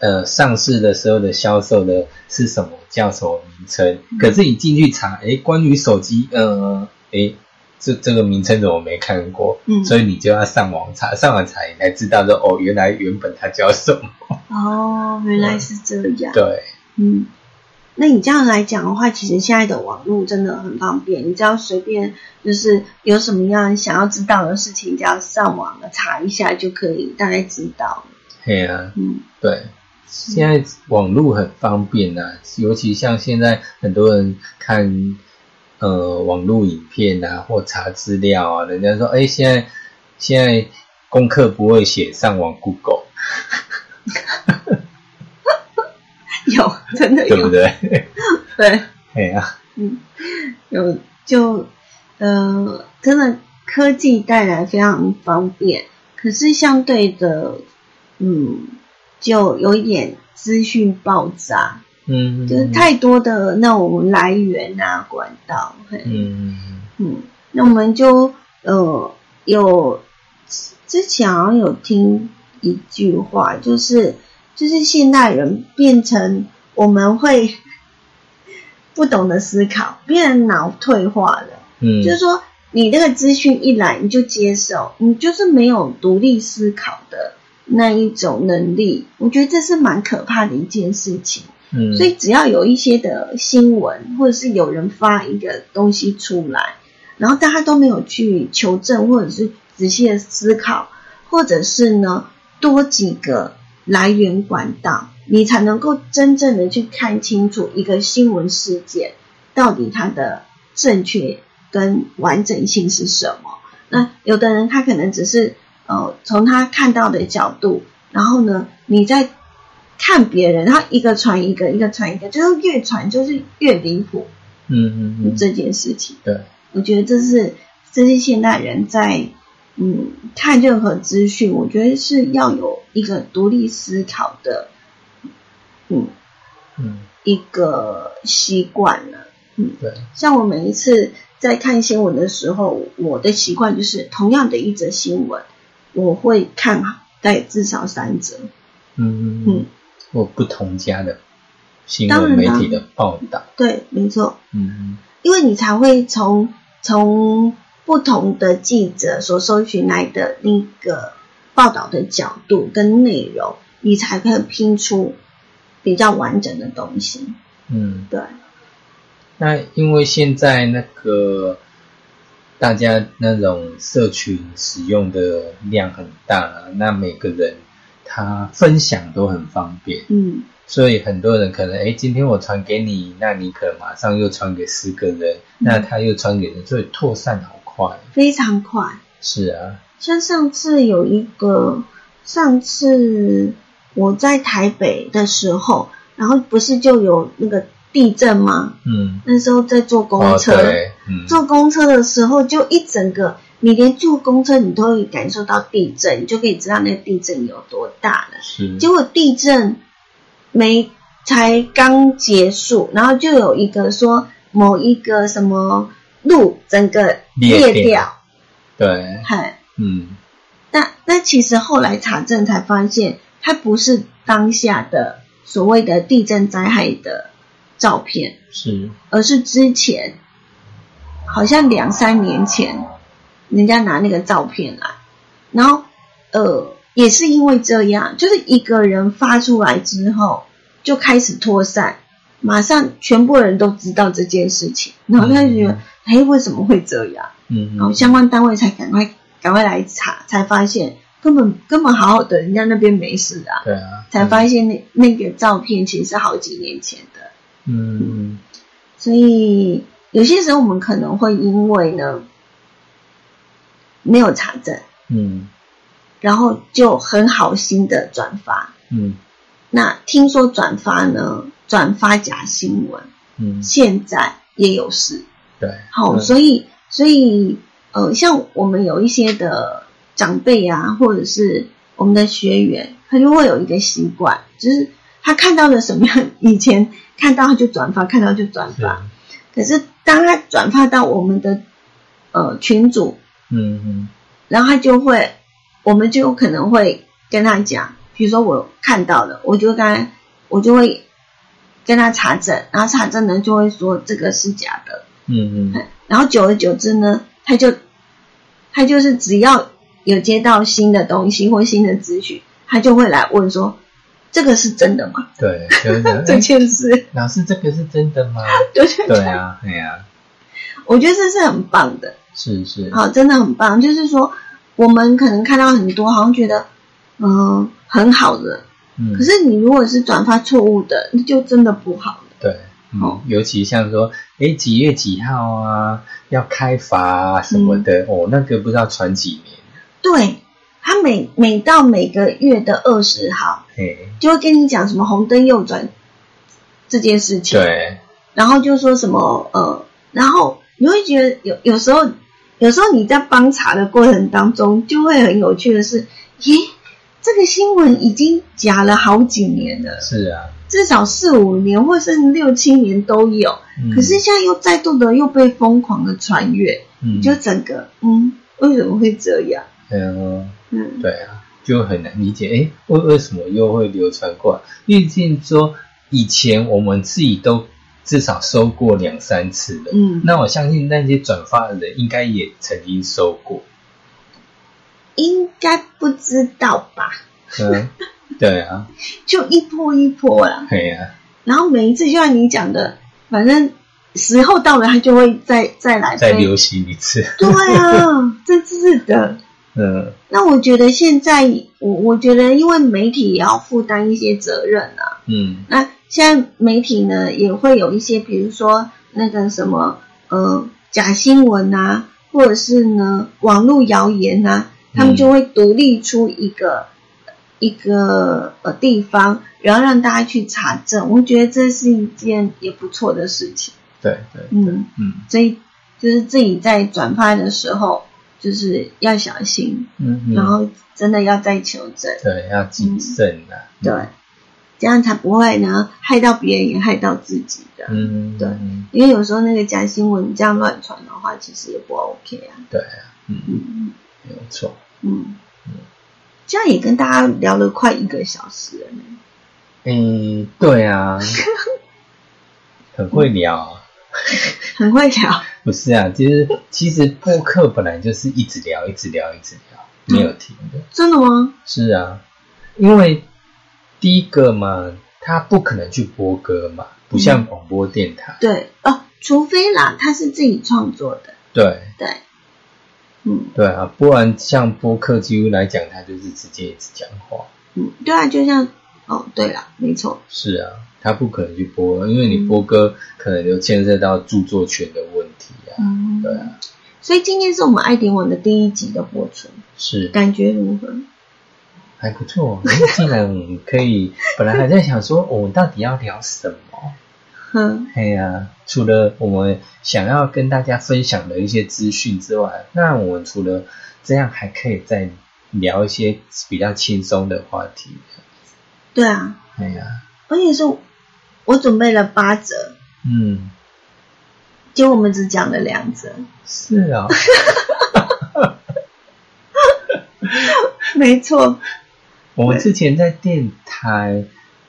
[SPEAKER 1] 呃上市的时候的销售的是什么叫什么名称？可是你进去查，哎，关于手机，呃，哎，这这个名称怎么没看过？
[SPEAKER 2] 嗯
[SPEAKER 1] 所以你就要上网查，上网查你才知道说，哦，原来原本它叫什么。
[SPEAKER 2] 哦，原来是这样。
[SPEAKER 1] 对，
[SPEAKER 2] 嗯，那你这样来讲的话，其实现在的网络真的很方便，你只要随便就是有什么样想要知道的事情，只要上网了查一下就可以大概知道了。
[SPEAKER 1] 嘿啊，
[SPEAKER 2] 嗯
[SPEAKER 1] 对。现在网络很方便啊，尤其像现在很多人看呃网络影片啊，或查资料啊，人家说，哎，现在现在功课不会写，上网 Google，
[SPEAKER 2] 有真的
[SPEAKER 1] 对不
[SPEAKER 2] 有
[SPEAKER 1] 对？
[SPEAKER 2] 对
[SPEAKER 1] 嘿啊，
[SPEAKER 2] 嗯，有就呃，真的科技带来非常方便，可是相对的，嗯，就有一点资讯爆炸，
[SPEAKER 1] 嗯，
[SPEAKER 2] 就是太多的那种来源啊、管道，嘿
[SPEAKER 1] 嗯，
[SPEAKER 2] 嗯，那我们就呃有之前好像有听一句话，就是就是现代人变成我们会 不懂得思考，变成脑退化了。
[SPEAKER 1] 嗯，
[SPEAKER 2] 就是说，你那个资讯一来你就接受，你就是没有独立思考的那一种能力。我觉得这是蛮可怕的一件事情。
[SPEAKER 1] 嗯，
[SPEAKER 2] 所以只要有一些的新闻，或者是有人发一个东西出来，然后大家都没有去求证，或者是仔细的思考，或者是呢多几个来源管道，你才能够真正的去看清楚一个新闻事件到底它的正确跟完整性是什么。那有的人他可能只是呃从他看到的角度，然后呢你在看别人，他一个传一个，一个传一个，就是越传就是越离谱、
[SPEAKER 1] 嗯嗯嗯，
[SPEAKER 2] 这件事情。
[SPEAKER 1] 对，
[SPEAKER 2] 我觉得这是这是现代人在嗯看任何资讯，我觉得是要有一个独立思考的嗯
[SPEAKER 1] 嗯
[SPEAKER 2] 一个习惯了。
[SPEAKER 1] 对，
[SPEAKER 2] 像我每一次在看新闻的时候，我的习惯就是同样的一则新闻，我会看大概至少三则。
[SPEAKER 1] 嗯嗯
[SPEAKER 2] 嗯
[SPEAKER 1] 嗯，或不同家的新
[SPEAKER 2] 当
[SPEAKER 1] 闻
[SPEAKER 2] 然
[SPEAKER 1] 媒
[SPEAKER 2] 啦
[SPEAKER 1] 体的报道，
[SPEAKER 2] 对，没错。
[SPEAKER 1] 嗯
[SPEAKER 2] 因为你才会从从不同的记者所搜寻来的那个报道的角度跟内容，你才可以拼出比较完整的东西。
[SPEAKER 1] 嗯。
[SPEAKER 2] 对，
[SPEAKER 1] 那因为现在那个大家那种社群使用的量很大，那每个人他分享都很方便，
[SPEAKER 2] 嗯
[SPEAKER 1] 所以很多人可能诶，今天我传给你，那你可能马上又传给十个人，
[SPEAKER 2] 嗯
[SPEAKER 1] 那他又传给人，所以扩散好快。
[SPEAKER 2] 非常快。
[SPEAKER 1] 是啊，
[SPEAKER 2] 像上次有一个，上次我在台北的时候，然后不是就有那个地震吗？
[SPEAKER 1] 嗯，
[SPEAKER 2] 那时候在坐公
[SPEAKER 1] 哦
[SPEAKER 2] 车，
[SPEAKER 1] 对，嗯，
[SPEAKER 2] 坐公车的时候，就一整个，你连坐公车你都会感受到地震，你就可以知道那个地震有多大了。
[SPEAKER 1] 是，
[SPEAKER 2] 结果地震没才刚结束，然后就有一个说某一个什么路整个
[SPEAKER 1] 裂
[SPEAKER 2] 裂掉
[SPEAKER 1] 掉，对，
[SPEAKER 2] 嗨，
[SPEAKER 1] 嗯，
[SPEAKER 2] 那那其实后来查证才发现，它不是当下的所谓的地震灾害的照片，
[SPEAKER 1] 是，
[SPEAKER 2] 而是之前，好像两三年前，人家拿那个照片来，然后呃，也是因为这样，就是一个人发出来之后就开始扩散，马上全部人都知道这件事情，然后他就觉得，哎、为什么会这样？
[SPEAKER 1] 嗯，
[SPEAKER 2] 然后相关单位才赶快赶快来查，才发现根本根本好好的，人家那边没事啊，
[SPEAKER 1] 对啊，
[SPEAKER 2] 才发现那那个照片其实是好几年前的。
[SPEAKER 1] 嗯，嗯，
[SPEAKER 2] 所以有些时候我们可能会因为呢没有查证，
[SPEAKER 1] 嗯，
[SPEAKER 2] 然后就很好心的转发。
[SPEAKER 1] 嗯，
[SPEAKER 2] 那听说转发呢，转发假新闻，
[SPEAKER 1] 嗯，
[SPEAKER 2] 现在也有事。
[SPEAKER 1] 嗯，对，
[SPEAKER 2] 好、
[SPEAKER 1] 嗯
[SPEAKER 2] 所以所以呃，像我们有一些的长辈啊，或者是我们的学员，他就会有一个习惯，就是他看到了什么样，以前看到他就转发，看到就转
[SPEAKER 1] 是，
[SPEAKER 2] 发。可是当他转发到我们的呃群组，
[SPEAKER 1] 嗯嗯，
[SPEAKER 2] 然后他就会，我们就有可能会跟他讲，比如说我看到了，我就跟他，我就会跟他查证，然后查证呢就会说这个是假的。
[SPEAKER 1] 嗯 嗯，
[SPEAKER 2] 然后久而久之呢，他就他就是只要有接到新的东西或新的资讯，他就会来问说这个是真的吗？
[SPEAKER 1] 对，就是讲
[SPEAKER 2] 这
[SPEAKER 1] 哎
[SPEAKER 2] 件事，
[SPEAKER 1] 老师这个是真的吗？
[SPEAKER 2] 对对
[SPEAKER 1] 对，啊，哎呀，
[SPEAKER 2] 我觉得这是很棒的，
[SPEAKER 1] 是是，
[SPEAKER 2] 好，真的很棒。就是说，我们可能看到很多，好像觉得嗯、很好的，
[SPEAKER 1] 嗯，
[SPEAKER 2] 可是你如果是转发错误的，那就真的不好了。
[SPEAKER 1] 对，嗯
[SPEAKER 2] 哦，
[SPEAKER 1] 尤其像说，哎，几月几号啊，要开罚啊什么
[SPEAKER 2] 嗯
[SPEAKER 1] 的，哦，那个不知道传几年，
[SPEAKER 2] 对，他每每到每个月的二十号，
[SPEAKER 1] 嘿，
[SPEAKER 2] 就会跟你讲什么红灯右转这件事情。
[SPEAKER 1] 对，
[SPEAKER 2] 然后就说什么呃，然后你会觉得有有时候，有时候你在帮查的过程当中，就会很有趣的是，咦，这个新闻已经假了好几年了，
[SPEAKER 1] 是啊，
[SPEAKER 2] 至少四五年或甚至六七年都有，
[SPEAKER 1] 嗯
[SPEAKER 2] 可是现在又再度的又被疯狂的传阅，
[SPEAKER 1] 嗯，
[SPEAKER 2] 就整个嗯，为什么会这样？
[SPEAKER 1] 嗯，
[SPEAKER 2] 嗯，
[SPEAKER 1] 对啊，就很难理解，哎，为为什么又会流传过来？毕竟说以前我们自己都至少收过两三次了，
[SPEAKER 2] 嗯
[SPEAKER 1] 那我相信那些转发的人应该也曾经收过，
[SPEAKER 2] 应该不知道吧？
[SPEAKER 1] 嗯， 对啊，
[SPEAKER 2] 就一波一波啦。
[SPEAKER 1] 嘿啊呀、
[SPEAKER 2] 然后每一次就像你讲的，反正时候到了，他就会再再来
[SPEAKER 1] 啊，再
[SPEAKER 2] 飞
[SPEAKER 1] 流行一次，
[SPEAKER 2] 对啊， 这是的。
[SPEAKER 1] 嗯，
[SPEAKER 2] 那我觉得现在，我我觉得，因为媒体也要负担一些责任啊。
[SPEAKER 1] 嗯，
[SPEAKER 2] 那现在媒体呢，也会有一些，比如说那个什么，呃，假新闻啊，或者是呢，网络谣言啊，他们就会独立出一个、一个呃地方，然后让大家去查证。我觉得这是一件也不错的事情。
[SPEAKER 1] 对对，
[SPEAKER 2] 嗯，
[SPEAKER 1] 嗯。
[SPEAKER 2] 所以就是自己在转发的时候，就是要小心，
[SPEAKER 1] 嗯，嗯
[SPEAKER 2] 然后真的要再求证，
[SPEAKER 1] 对要谨慎啊，
[SPEAKER 2] 对，这样才不会呢害到别人，也害到自己的。
[SPEAKER 1] 嗯，嗯，
[SPEAKER 2] 对
[SPEAKER 1] 嗯
[SPEAKER 2] 因为有时候那个假新闻这样乱传的话，其实也不 OK 啊。
[SPEAKER 1] 对啊，嗯，
[SPEAKER 2] 嗯
[SPEAKER 1] 没有错，
[SPEAKER 2] 嗯，这样也跟大家聊了快一个小时了呢。
[SPEAKER 1] 嗯，对 啊，很会聊啊，
[SPEAKER 2] 很会聊，
[SPEAKER 1] 不是啊，其实其实播客本来就是一直聊，一直聊，一直聊，没有停的，
[SPEAKER 2] 真的吗？
[SPEAKER 1] 是啊，因为第一个嘛，他不可能去播歌嘛，不像广播电台，
[SPEAKER 2] 对哦，除非啦，他是自己创作的，
[SPEAKER 1] 对
[SPEAKER 2] 对，嗯
[SPEAKER 1] 对啊，不然像播客几乎来讲，他就是直接一直讲话，
[SPEAKER 2] 嗯，对啊，就像哦，对啦，没错，
[SPEAKER 1] 是啊，他不可能去播，因为你播歌可能就牵涉到著作权的问题啊。
[SPEAKER 2] 嗯，
[SPEAKER 1] 对啊，
[SPEAKER 2] 所以今天是我们爱点网的第一集的播出，
[SPEAKER 1] 是
[SPEAKER 2] 感觉如何？
[SPEAKER 1] 还不错，因为竟然我们可以，本来还在想说哦我们到底要聊什么。
[SPEAKER 2] 哼，
[SPEAKER 1] 哎呀、除了我们想要跟大家分享的一些资讯之外，那我们除了这样，还可以再聊一些比较轻松的话题。
[SPEAKER 2] 对啊，
[SPEAKER 1] 哎呀、
[SPEAKER 2] 而且是我准备了八折，
[SPEAKER 1] 嗯，
[SPEAKER 2] 结果我们只讲了两折，
[SPEAKER 1] 是啊、
[SPEAKER 2] 没错，
[SPEAKER 1] 我们之前在电台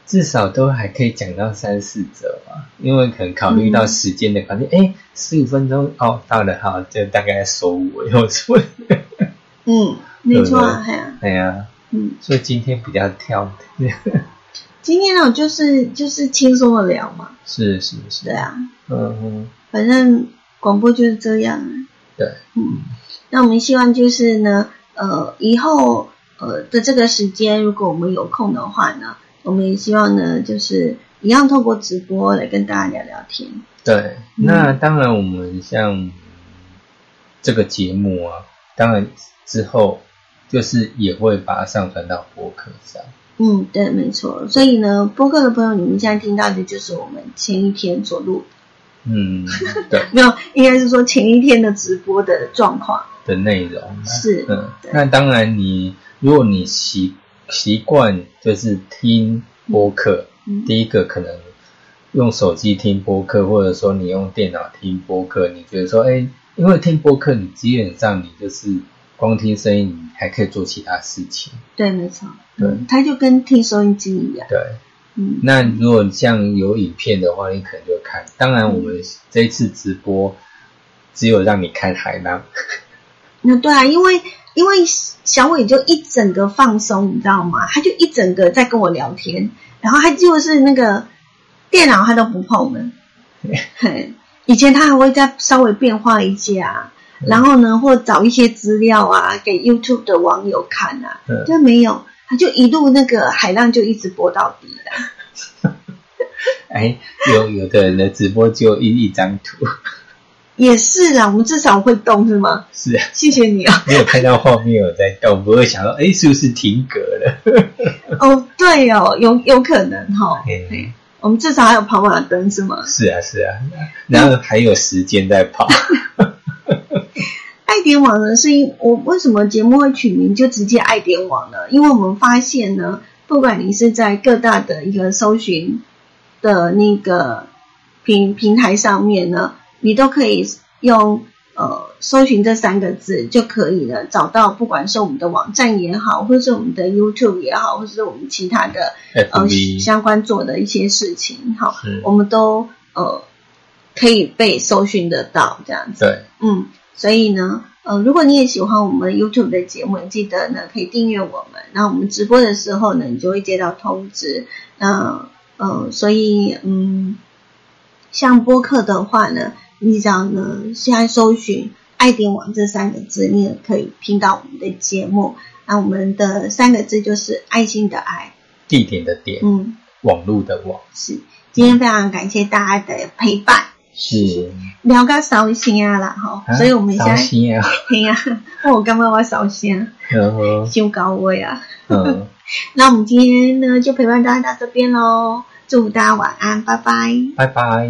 [SPEAKER 1] 至少都还可以讲到三四折吧，因为可能考虑到时间的考虑，哎、十五分钟哦，到了，好，就大概收尾或者
[SPEAKER 2] 嗯，没错啊，
[SPEAKER 1] 对
[SPEAKER 2] 哎呀，
[SPEAKER 1] 哎呀，
[SPEAKER 2] 嗯，
[SPEAKER 1] 所以今天比较跳，
[SPEAKER 2] 今天呢就是就是轻松的聊嘛，
[SPEAKER 1] 是是是，
[SPEAKER 2] 对啊，
[SPEAKER 1] 嗯嗯，
[SPEAKER 2] 反正广播就是这样啊，
[SPEAKER 1] 对，
[SPEAKER 2] 嗯，那我们希望就是呢，呃，以后呃的这个时间，如果我们有空的话呢，我们也希望呢，就是一样透过直播来跟大家聊聊天。
[SPEAKER 1] 对，
[SPEAKER 2] 嗯
[SPEAKER 1] 那当然我们像这个节目啊，当然之后就是也会把它上传到博客上，
[SPEAKER 2] 嗯，对，没错。所以呢，播客的朋友，你们现在听到的就是我们前一天所录
[SPEAKER 1] 嗯，对
[SPEAKER 2] 没有，应该是说前一天的直播的状况
[SPEAKER 1] 的内容
[SPEAKER 2] 是，
[SPEAKER 1] 嗯，
[SPEAKER 2] 对
[SPEAKER 1] 那当然你，如果你习习惯就是听播客，
[SPEAKER 2] 嗯
[SPEAKER 1] 第一个可能用手机听播客，或者说你用电脑听播客，你觉得说，哎，因为听播客，你基本上你就是光听声音，你还可以做其他事情。
[SPEAKER 2] 对，没错，
[SPEAKER 1] 对
[SPEAKER 2] 嗯，它就跟听收音机一样，
[SPEAKER 1] 对，
[SPEAKER 2] 嗯，
[SPEAKER 1] 那如果像有影片的话，你可能就会看。当然，我们这一次直播只有让你看海浪，
[SPEAKER 2] 那对啊，因为因为小伟就一整个放松，你知道吗？他就一整个在跟我聊天，然后他就是那个电脑他都不碰的，嘿以前他还会再稍微变化一下，然后呢，或找一些资料啊给 YouTube 的网友看啊，
[SPEAKER 1] 嗯
[SPEAKER 2] 就没有，他就一路那个海浪就一直播到底了。
[SPEAKER 1] 哎，有有的人的直播就一一张图，
[SPEAKER 2] 也是啦，我们至少会动是吗？
[SPEAKER 1] 是啊，
[SPEAKER 2] 谢谢你 啊。
[SPEAKER 1] 没有看到画面有在动，不会想到哎是不是停格了？
[SPEAKER 2] 哦，对哦，有有可能哈、哦。
[SPEAKER 1] 嗯
[SPEAKER 2] 对我们至少还有跑马灯是吗？
[SPEAKER 1] 是啊是啊，然后还有时间在 跑，
[SPEAKER 2] 爱点网呢，是因我为什么节目会取名就直接爱点网呢？因为我们发现呢，不管你是在各大的一个搜寻的那个平平台上面呢，你都可以用呃搜寻这三个字就可以了，找到不管是我们的网站也好，或是我们的 YouTube 也好，或是我们其他的呃
[SPEAKER 1] FB
[SPEAKER 2] 相关做的一些事情，好，
[SPEAKER 1] 是
[SPEAKER 2] 我们都呃可以被搜寻得到这样子。
[SPEAKER 1] 对，
[SPEAKER 2] 嗯，所以呢，呃，如果你也喜欢我们 YouTube 的节目，你记得呢可以订阅我们。那我们直播的时候呢，你就会接到通知。那呃，所以嗯，像播客的话呢，你只要呢现在搜寻“爱点网”这三个字，你也可以听到我们的节目。那我们的三个字就是爱心的爱，
[SPEAKER 1] 地点的点，
[SPEAKER 2] 嗯，
[SPEAKER 1] 网络的网，
[SPEAKER 2] 是。今天非常感谢大家的陪伴，
[SPEAKER 1] 是
[SPEAKER 2] 聊到烧心啊啦哈，
[SPEAKER 1] 啊
[SPEAKER 2] 所以我们现
[SPEAKER 1] 伤
[SPEAKER 2] 在
[SPEAKER 1] 心啊，
[SPEAKER 2] 嘿呀、那我干嘛我烧香，
[SPEAKER 1] 然后
[SPEAKER 2] 修高位啊？
[SPEAKER 1] 嗯，
[SPEAKER 2] 那我们今天呢就陪伴大家到这边喽，祝大家晚安，拜拜。
[SPEAKER 1] 拜拜。